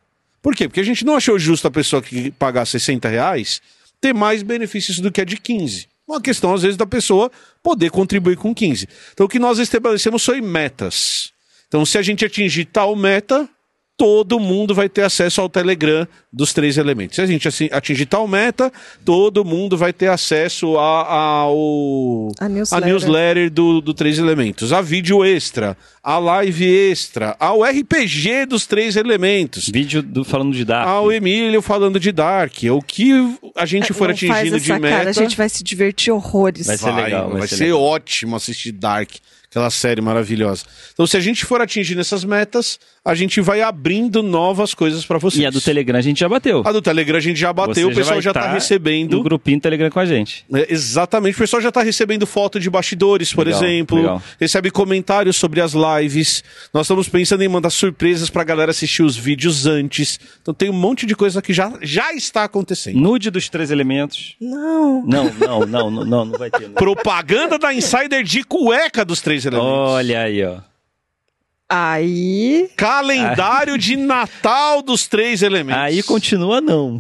S5: Por quê? Porque a gente não achou justo a pessoa que pagar 60 reais ter mais benefícios do que a de 15. Uma questão, às vezes, da pessoa poder contribuir com 15. Então, o que nós estabelecemos foi metas. Então, se a gente atingir tal meta, todo mundo vai ter acesso ao Telegram dos três elementos. Se a gente assim, atingir tal meta, todo mundo vai ter acesso a- ao
S6: A newsletter.
S5: newsletter do, do Três Elementos, a vídeo extra, a live extra, ao RPG dos Três Elementos,
S7: Vídeo do- falando de Dark.
S5: ao Emílio falando de Dark, o que a gente for
S6: É, Não faz
S5: atingindo
S6: essa
S5: de meta.
S6: cara, a gente vai se divertir horrores.
S7: Vai ser- legal, vai
S5: vai
S7: ser
S5: ser,
S7: legal.
S5: ótimo assistir Dark, aquela série maravilhosa. Então, se a gente for atingindo essas metas, a gente vai abrindo novas coisas pra vocês.
S7: E a do Telegram a gente já bateu.
S5: A do Telegram a gente já
S7: Você
S5: Ah, bateu, o pessoal
S7: vai
S5: já tá,
S7: tá
S5: recebendo.
S7: No grupinho do Telegram com a gente.
S5: É, exatamente, o pessoal já tá recebendo foto de bastidores, por
S7: Legal,
S5: exemplo.
S7: legal.
S5: Recebe comentários sobre as lives. Nós estamos pensando em mandar surpresas pra galera assistir os vídeos antes. Então tem um monte de coisa que já, já está acontecendo.
S7: Nude dos três elementos.
S6: Não.
S7: Não, não, não, não, não, não vai ter. não.
S5: Propaganda da Insider de cueca dos três elementos.
S7: Olha aí, ó.
S6: Aí.
S5: Calendário de Natal dos três elementos.
S7: Aí continua não.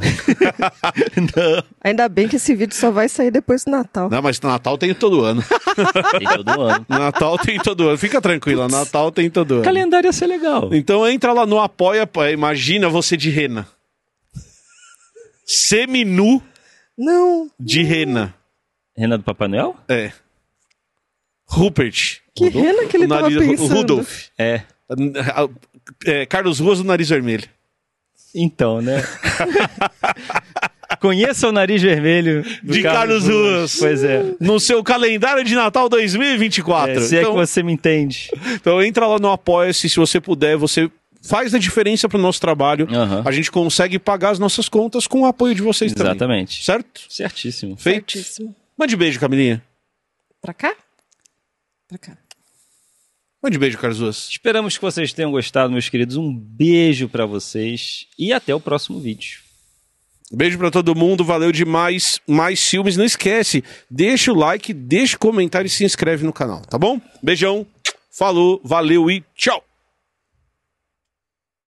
S7: não.
S6: Ainda bem que esse vídeo só vai sair depois do Natal.
S5: Não, mas Natal tem todo ano.
S7: Tem todo ano.
S5: Natal tem todo ano. Fica tranquila, Natal tem todo ano.
S7: Calendário ia ser legal.
S5: Então entra lá no Apoia, pô, imagina você de rena. Seminu
S6: Não.
S5: de rena.
S7: Renan do Papai Noel?
S5: É. Rupert.
S6: Que rena que ele
S5: O
S6: tava
S5: nariz- o
S6: pensando.
S5: Rudolf.
S7: É.
S5: É, Carlos Ruas do nariz vermelho.
S7: Então, né? Conheça o nariz vermelho do
S5: De Carlos Ruas.
S7: Pois é.
S5: No seu calendário de Natal 2024.
S7: É, se é
S5: Então-
S7: que você me entende.
S5: Então entra lá no Apoia-se, se você puder, você faz a diferença pro nosso trabalho.
S7: Aham.
S5: A gente consegue pagar as nossas contas com o apoio de vocês também.
S7: Exatamente.
S5: Certo?
S7: Certíssimo.
S5: Feito.
S6: Certíssimo.
S5: Mande beijo, Camilinha.
S6: Pra cá? Pra cá.
S5: Mande beijo, Carlos
S7: Esperamos que vocês tenham gostado, meus queridos. Um beijo pra vocês e até o próximo vídeo.
S5: Beijo pra todo mundo, valeu demais. Mais filmes, não esquece. Deixa o like, deixa o comentário e se inscreve no canal, tá bom? Beijão, falou, valeu e tchau!